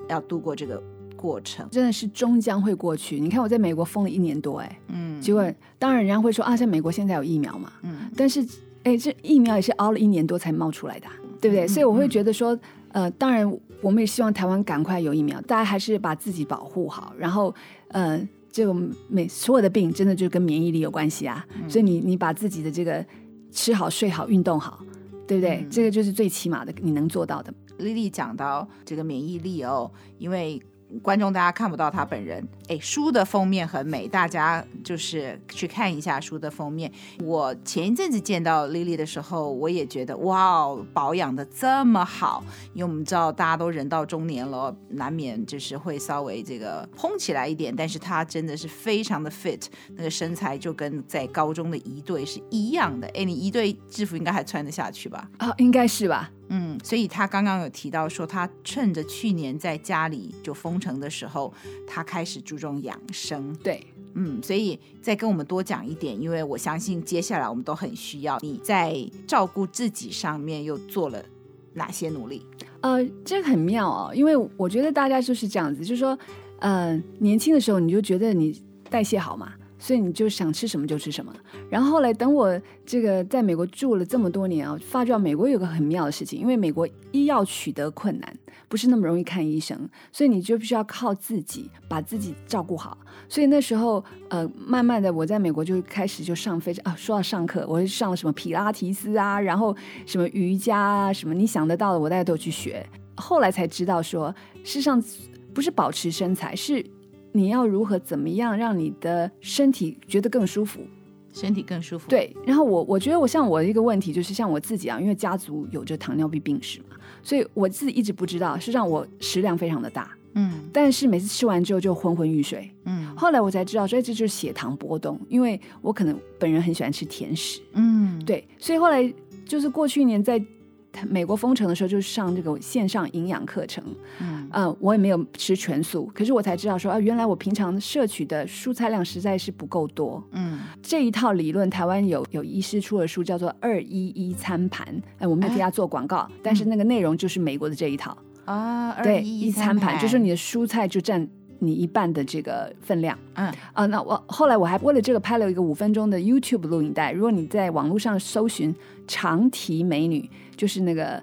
S1: 要度过这个过程。
S2: 真的是终将会过去。你看我在美国疯了一年多，哎，
S1: 嗯，
S2: 结果当然人家会说啊，在美国现在有疫苗嘛，
S1: 嗯
S2: 但是哎，这疫苗也是熬了一年多才冒出来的啊，对不对？
S1: 嗯
S2: 所以我会觉得说，呃，当然我们也希望台湾赶快有疫苗，大家还是把自己保护好，然后呃，这个每所有的病真的就跟免疫力有关系啊，
S1: 嗯
S2: 所以你你把自己的这个吃好、睡好、运动好，对不对？
S1: 嗯
S2: 这个就是最起码的你能做到的。
S1: 丽丽讲到这个免疫力哦，因为观众大家看不到她本人，哎，书的封面很美，大家就是去看一下书的封面。我前一阵子见到丽丽的时候，我也觉得哇哦，保养的这么好，因为我们知道大家都人到中年了，难免就是会稍微这个嘭起来一点，但是她真的是非常的 fit，那个身材就跟在高中的一队是一样的。哎，你一队制服应该还穿得下去吧？
S2: 啊、应该是吧？
S1: 嗯，所以他刚刚有提到说，他趁着去年在家里就封城的时候，他开始注重养生。
S2: 对，
S1: 嗯，所以再跟我们多讲一点，因为我相信接下来我们都很需要你在照顾自己上面又做了哪些努力。
S2: 呃，这个很妙哦，因为我觉得大家就是这样子，就是说，呃，年轻的时候你就觉得你代谢好嘛，所以你就想吃什么就吃什么。然后后来等我这个在美国住了这么多年啊、发觉到美国有个很妙的事情，因为美国医药取得困难，不是那么容易看医生，所以你就必须要靠自己把自己照顾好。所以那时候，呃，慢慢的我在美国就开始就上非常啊，说到上课，我就上了什么皮拉提斯啊，然后什么瑜伽啊，什么你想得到的，我大家都有去学。后来才知道说，事实上不是保持身材，是你要如何怎么样让你的身体觉得更舒服。
S1: 身体更舒服。，
S2: 对，然后我我觉得我像我一个问题就是像我自己啊，因为家族有着糖尿病病史嘛，所以我自己一直不知道，是让我食量非常的大，
S1: 嗯
S2: 但是每次吃完之后就昏昏欲睡。
S1: 嗯
S2: 后来我才知道，所以哎这就是血糖波动，因为我可能本人很喜欢吃甜食，
S1: 嗯，
S2: 对，所以后来就是过去一年在美国封城的时候，就上这个线上营养课程，
S1: 嗯
S2: 嗯、我也没有吃全素，可是我才知道说啊，原来我平常摄取的蔬菜量实在是不够多，
S1: 嗯，
S2: 这一套理论，台湾有有医师出了书，叫做“二一一餐盘”。哎，我没有替他做广告，但是那个内容就是美国的这一套。
S1: 啊，
S2: 对，
S1: 二
S2: 一
S1: 餐
S2: 盘就是你的蔬菜就占你一半的这个分量
S1: 嗯
S2: 啊。那我后来我还为了这个拍了一个五分钟的 YouTube 录影带。如果你在网络上搜寻“长提美女”，就是那个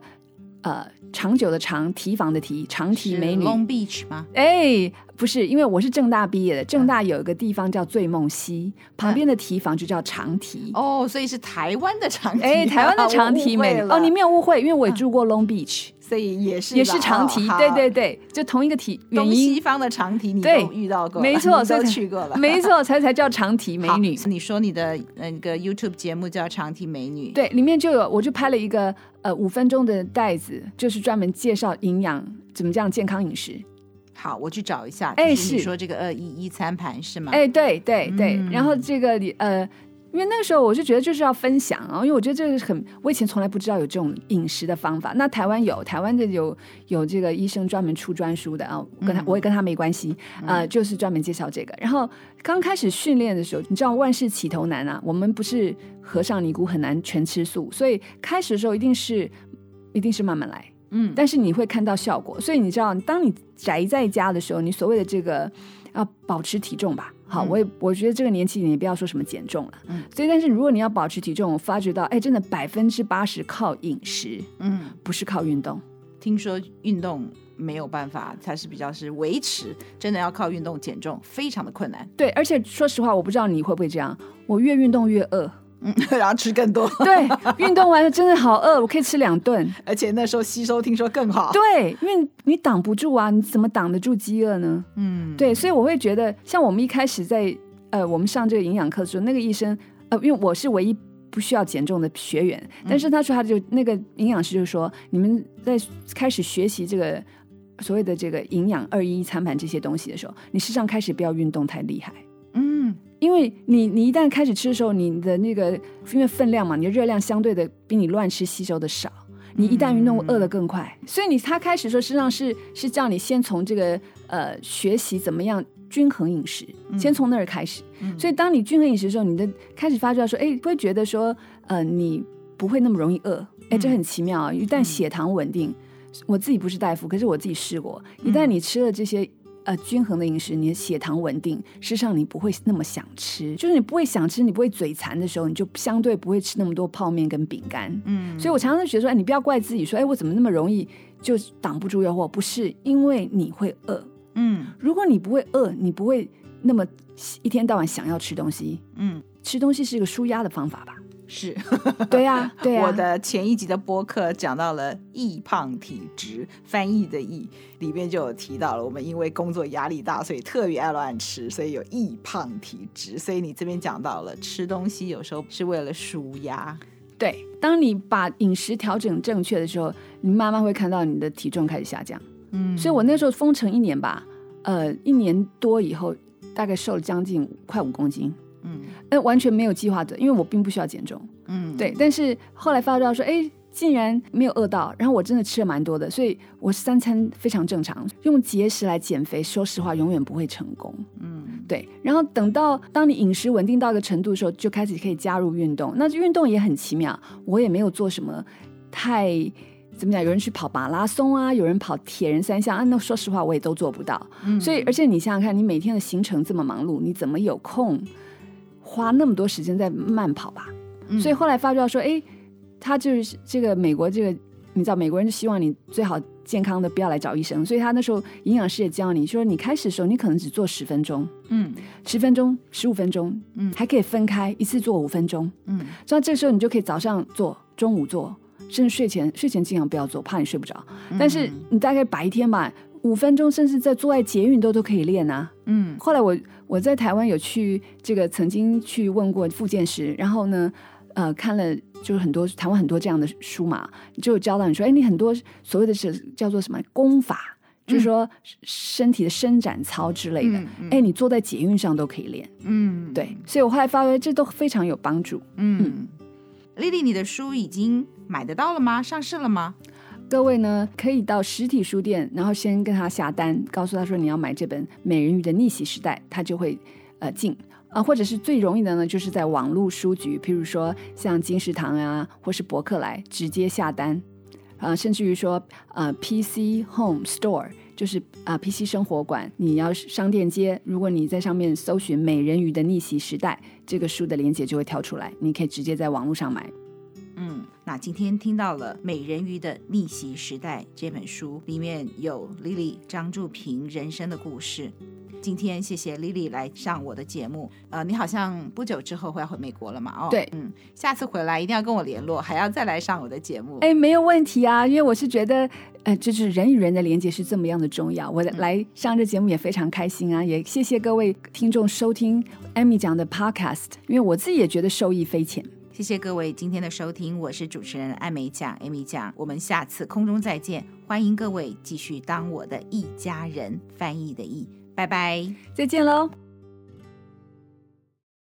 S2: 呃长久的长提防的提长提
S1: 是
S2: 美女。
S1: Long Beach 吗？
S2: 哎，不是，因为我是正大毕业的，
S1: 嗯
S2: 正大有一个地方叫醉梦溪，旁边的提防就叫长提。
S1: 哦，所以是台湾的长啊堤，
S2: 哎，台湾的长
S1: 提
S2: 提 美女哦，你没有误会，因为我也住过 Long Beach，、
S1: 所以也嗯是
S2: 也是
S1: 吧
S2: 长
S1: 哦
S2: 提，
S1: 好
S2: 对对对，就同一个提原
S1: 东
S2: 因
S1: 西，方的长堤你
S2: 对
S1: 都遇到过了，
S2: 没错
S1: 你
S2: 所以
S1: 都
S2: 才
S1: 去过了，
S2: 没错，才才叫长提美
S1: 好
S2: 女。
S1: 你说你的呃那个 YouTube 节目叫《长堤美女》，，
S2: 对，里面就有，我就拍了一个呃五分钟的袋子，就是专门介绍营养怎么这样健康饮食。
S1: 好，我去找一下。
S2: 哎
S1: 就是你
S2: 是
S1: 说这个二一一餐盘是吗？
S2: 哎，对对对，
S1: 嗯
S2: 然后这个里呃。因为那个时候我就觉得就是要分享啊，因为我觉得这个很，我以前从来不知道有这种饮食的方法。那台湾有，台湾的有有这个医生专门出专书的啊，跟他、
S1: 嗯
S2: 我也跟他没关系，呃，就是专门介绍这个。然后刚开始训练的时候，你知道万事起头难啊，我们不是和尚尼姑很难全吃素，所以开始的时候一定是一定是慢慢来，
S1: 嗯，
S2: 但是你会看到效果。所以你知道，当你宅在家的时候，你所谓的这个要保持体重吧。好，
S1: 嗯
S2: 我也我觉得这个年纪你也不要说什么减重了，
S1: 嗯
S2: 所以但是如果你要保持体重，我发觉到，哎，真的百分之八十靠饮食，
S1: 嗯，
S2: 不是靠运动。
S1: 听说运动没有办法，它是比较是维持，真的要靠运动减重，非常的困难。
S2: 对，而且说实话，我不知道你会不会这样，我越运动越 饿。
S1: 嗯，然后吃更多，
S2: 对，运动完了真的好饿，我可以吃两顿。
S1: 而且那时候吸收听说更好。，
S2: 对，因为你挡不住啊，你怎么挡得住饥饿呢？
S1: 嗯，
S2: 对，所以我会觉得，像我们一开始在呃，我们上这个营养课的时候，那个医生呃，因为我是唯一不需要减重的学员，但是他说他就那个营养师就说，你们在开始学习这个所谓的这个营养二一一餐盘这些东西的时候，你事实上开始不要运动太厉害。
S1: 嗯
S2: 因为你你一旦开始吃的时候，你的那个因为分量嘛，你的热量相对的比你乱吃吸收的少。你一旦运动
S1: 嗯
S2: 饿得更快，所以你他开始说，实际上是是叫你先从这个呃学习怎么样均衡饮食，先从那儿开始。
S1: 嗯
S2: 所以当你均衡饮食的时候，你的开始发觉到说，哎，会觉得说，呃，你不会那么容易饿，哎，这
S1: 嗯
S2: 很奇妙啊。一旦血糖稳定，我自己不是大夫，可是我自己试过，
S1: 嗯
S2: 一旦你吃了这些。呃，均衡的饮食，你的血糖稳定，事实上你不会那么想吃，就是你不会想吃，你不会嘴馋的时候，你就相对不会吃那么多泡面跟饼干。
S1: 嗯，
S2: 所以我常常就觉得说，哎，你不要怪自己，说，哎，我怎么那么容易就挡不住诱惑？不是因为你会饿，
S1: 嗯
S2: 如果你不会饿，你不会那么一天到晚想要吃东西。
S1: 嗯
S2: 吃东西是一个舒压的方法吧？
S1: 是。
S2: 对呀、对呀、
S1: 我的前一集的播客讲到了易胖体质，翻译的易里边就有提到了，我们因为工作压力大，所以特别爱乱吃，所以有易胖体质。所以你这边讲到了吃东西有时候是为了舒压，
S2: 对。当你把饮食调整正确的时候，你慢慢会看到你的体重开始下降。
S1: 嗯
S2: 所以我那时候封城一年吧，呃，一年多以后，大概瘦了将近快五公斤。
S1: 嗯
S2: 哎，完全没有计划的，因为我并不需要减重。
S1: 嗯
S2: 对，但是后来发觉到说，哎，竟然没有饿到，然后我真的吃了蛮多的，所以我三餐非常正常。用节食来减肥，说实话永远不会成功。
S1: 嗯
S2: 对，然后等到当你饮食稳定到一个程度的时候，就开始可以加入运动。那运动也很奇妙，我也没有做什么太怎么讲，有人去跑马拉松啊，有人跑铁人三项啊，那说实话我也都做不到。
S1: 嗯
S2: 所以，而且你想想看，你每天的行程这么忙碌，你怎么有空花那么多时间在慢跑吧？
S1: 嗯
S2: 所以后来发觉到说，哎，他就是这个美国这个，你知道美国人就希望你最好健康的不要来找医生，所以他那时候营养师也教你说，你开始的时候你可能只做十分钟，
S1: 嗯
S2: 十分钟、十五分钟，
S1: 嗯
S2: 还可以分开一次做五分钟，
S1: 嗯
S2: 这样这个时候你就可以早上做，中午做，甚至睡前睡前尽量不要做，怕你睡不着。
S1: 嗯
S2: 但是你大概白天吧，五分钟甚至在坐在捷运都都可以练啊。
S1: 嗯
S2: 后来我我在台湾有去这个曾经去问过复健师，然后呢，呃，看了就是很多台湾很多这样的书嘛，就有教到你说，哎，你很多所谓的是叫做什么功法，就是说身体的伸展操之类的
S1: 嗯嗯，
S2: 哎、你坐在捷运上都可以练。
S1: 嗯
S2: 对，所以我后来发觉这都非常有帮助。
S1: 嗯，丽丽，你的书已经买得到了吗？上市了吗？
S2: 各位呢，可以到实体书店，然后先跟他下单，告诉他说你要买这本《美人鱼的逆袭时代》，他就会呃进。啊，或者是最容易的呢，就是在网络书局，譬如说像金石堂啊，或是博客来直接下单，啊、甚至于说呃 PC Home Store，就是啊、PC 生活馆，你要是商店街，如果你在上面搜寻《美人鱼的逆袭时代》这个书的链接就会跳出来，你可以直接在网络上买。
S1: 嗯，那今天听到了《美人鱼的逆袭时代》这本书，里面有 Lily 张祝平人生的故事。今天谢谢 Lily 来上我的节目。呃，你好像不久之后会要回美国了嘛？哦，
S2: 对
S1: 嗯，下次回来一定要跟我联络，还要再来上我的节目。
S2: 哎，没有问题啊，因为我是觉得，呃，就是人与人的连接是这么样的重要。我来上这节目也非常开心啊，也谢谢各位听众收听 Amy 讲的 Podcast，因为我自己也觉得受益匪浅。
S1: 谢谢各位今天的收听，我是主持人艾美奖 Amy 奖，我们下次空中再见，欢迎各位继续当我的一家人，翻译的译，拜拜。
S2: 再见喽。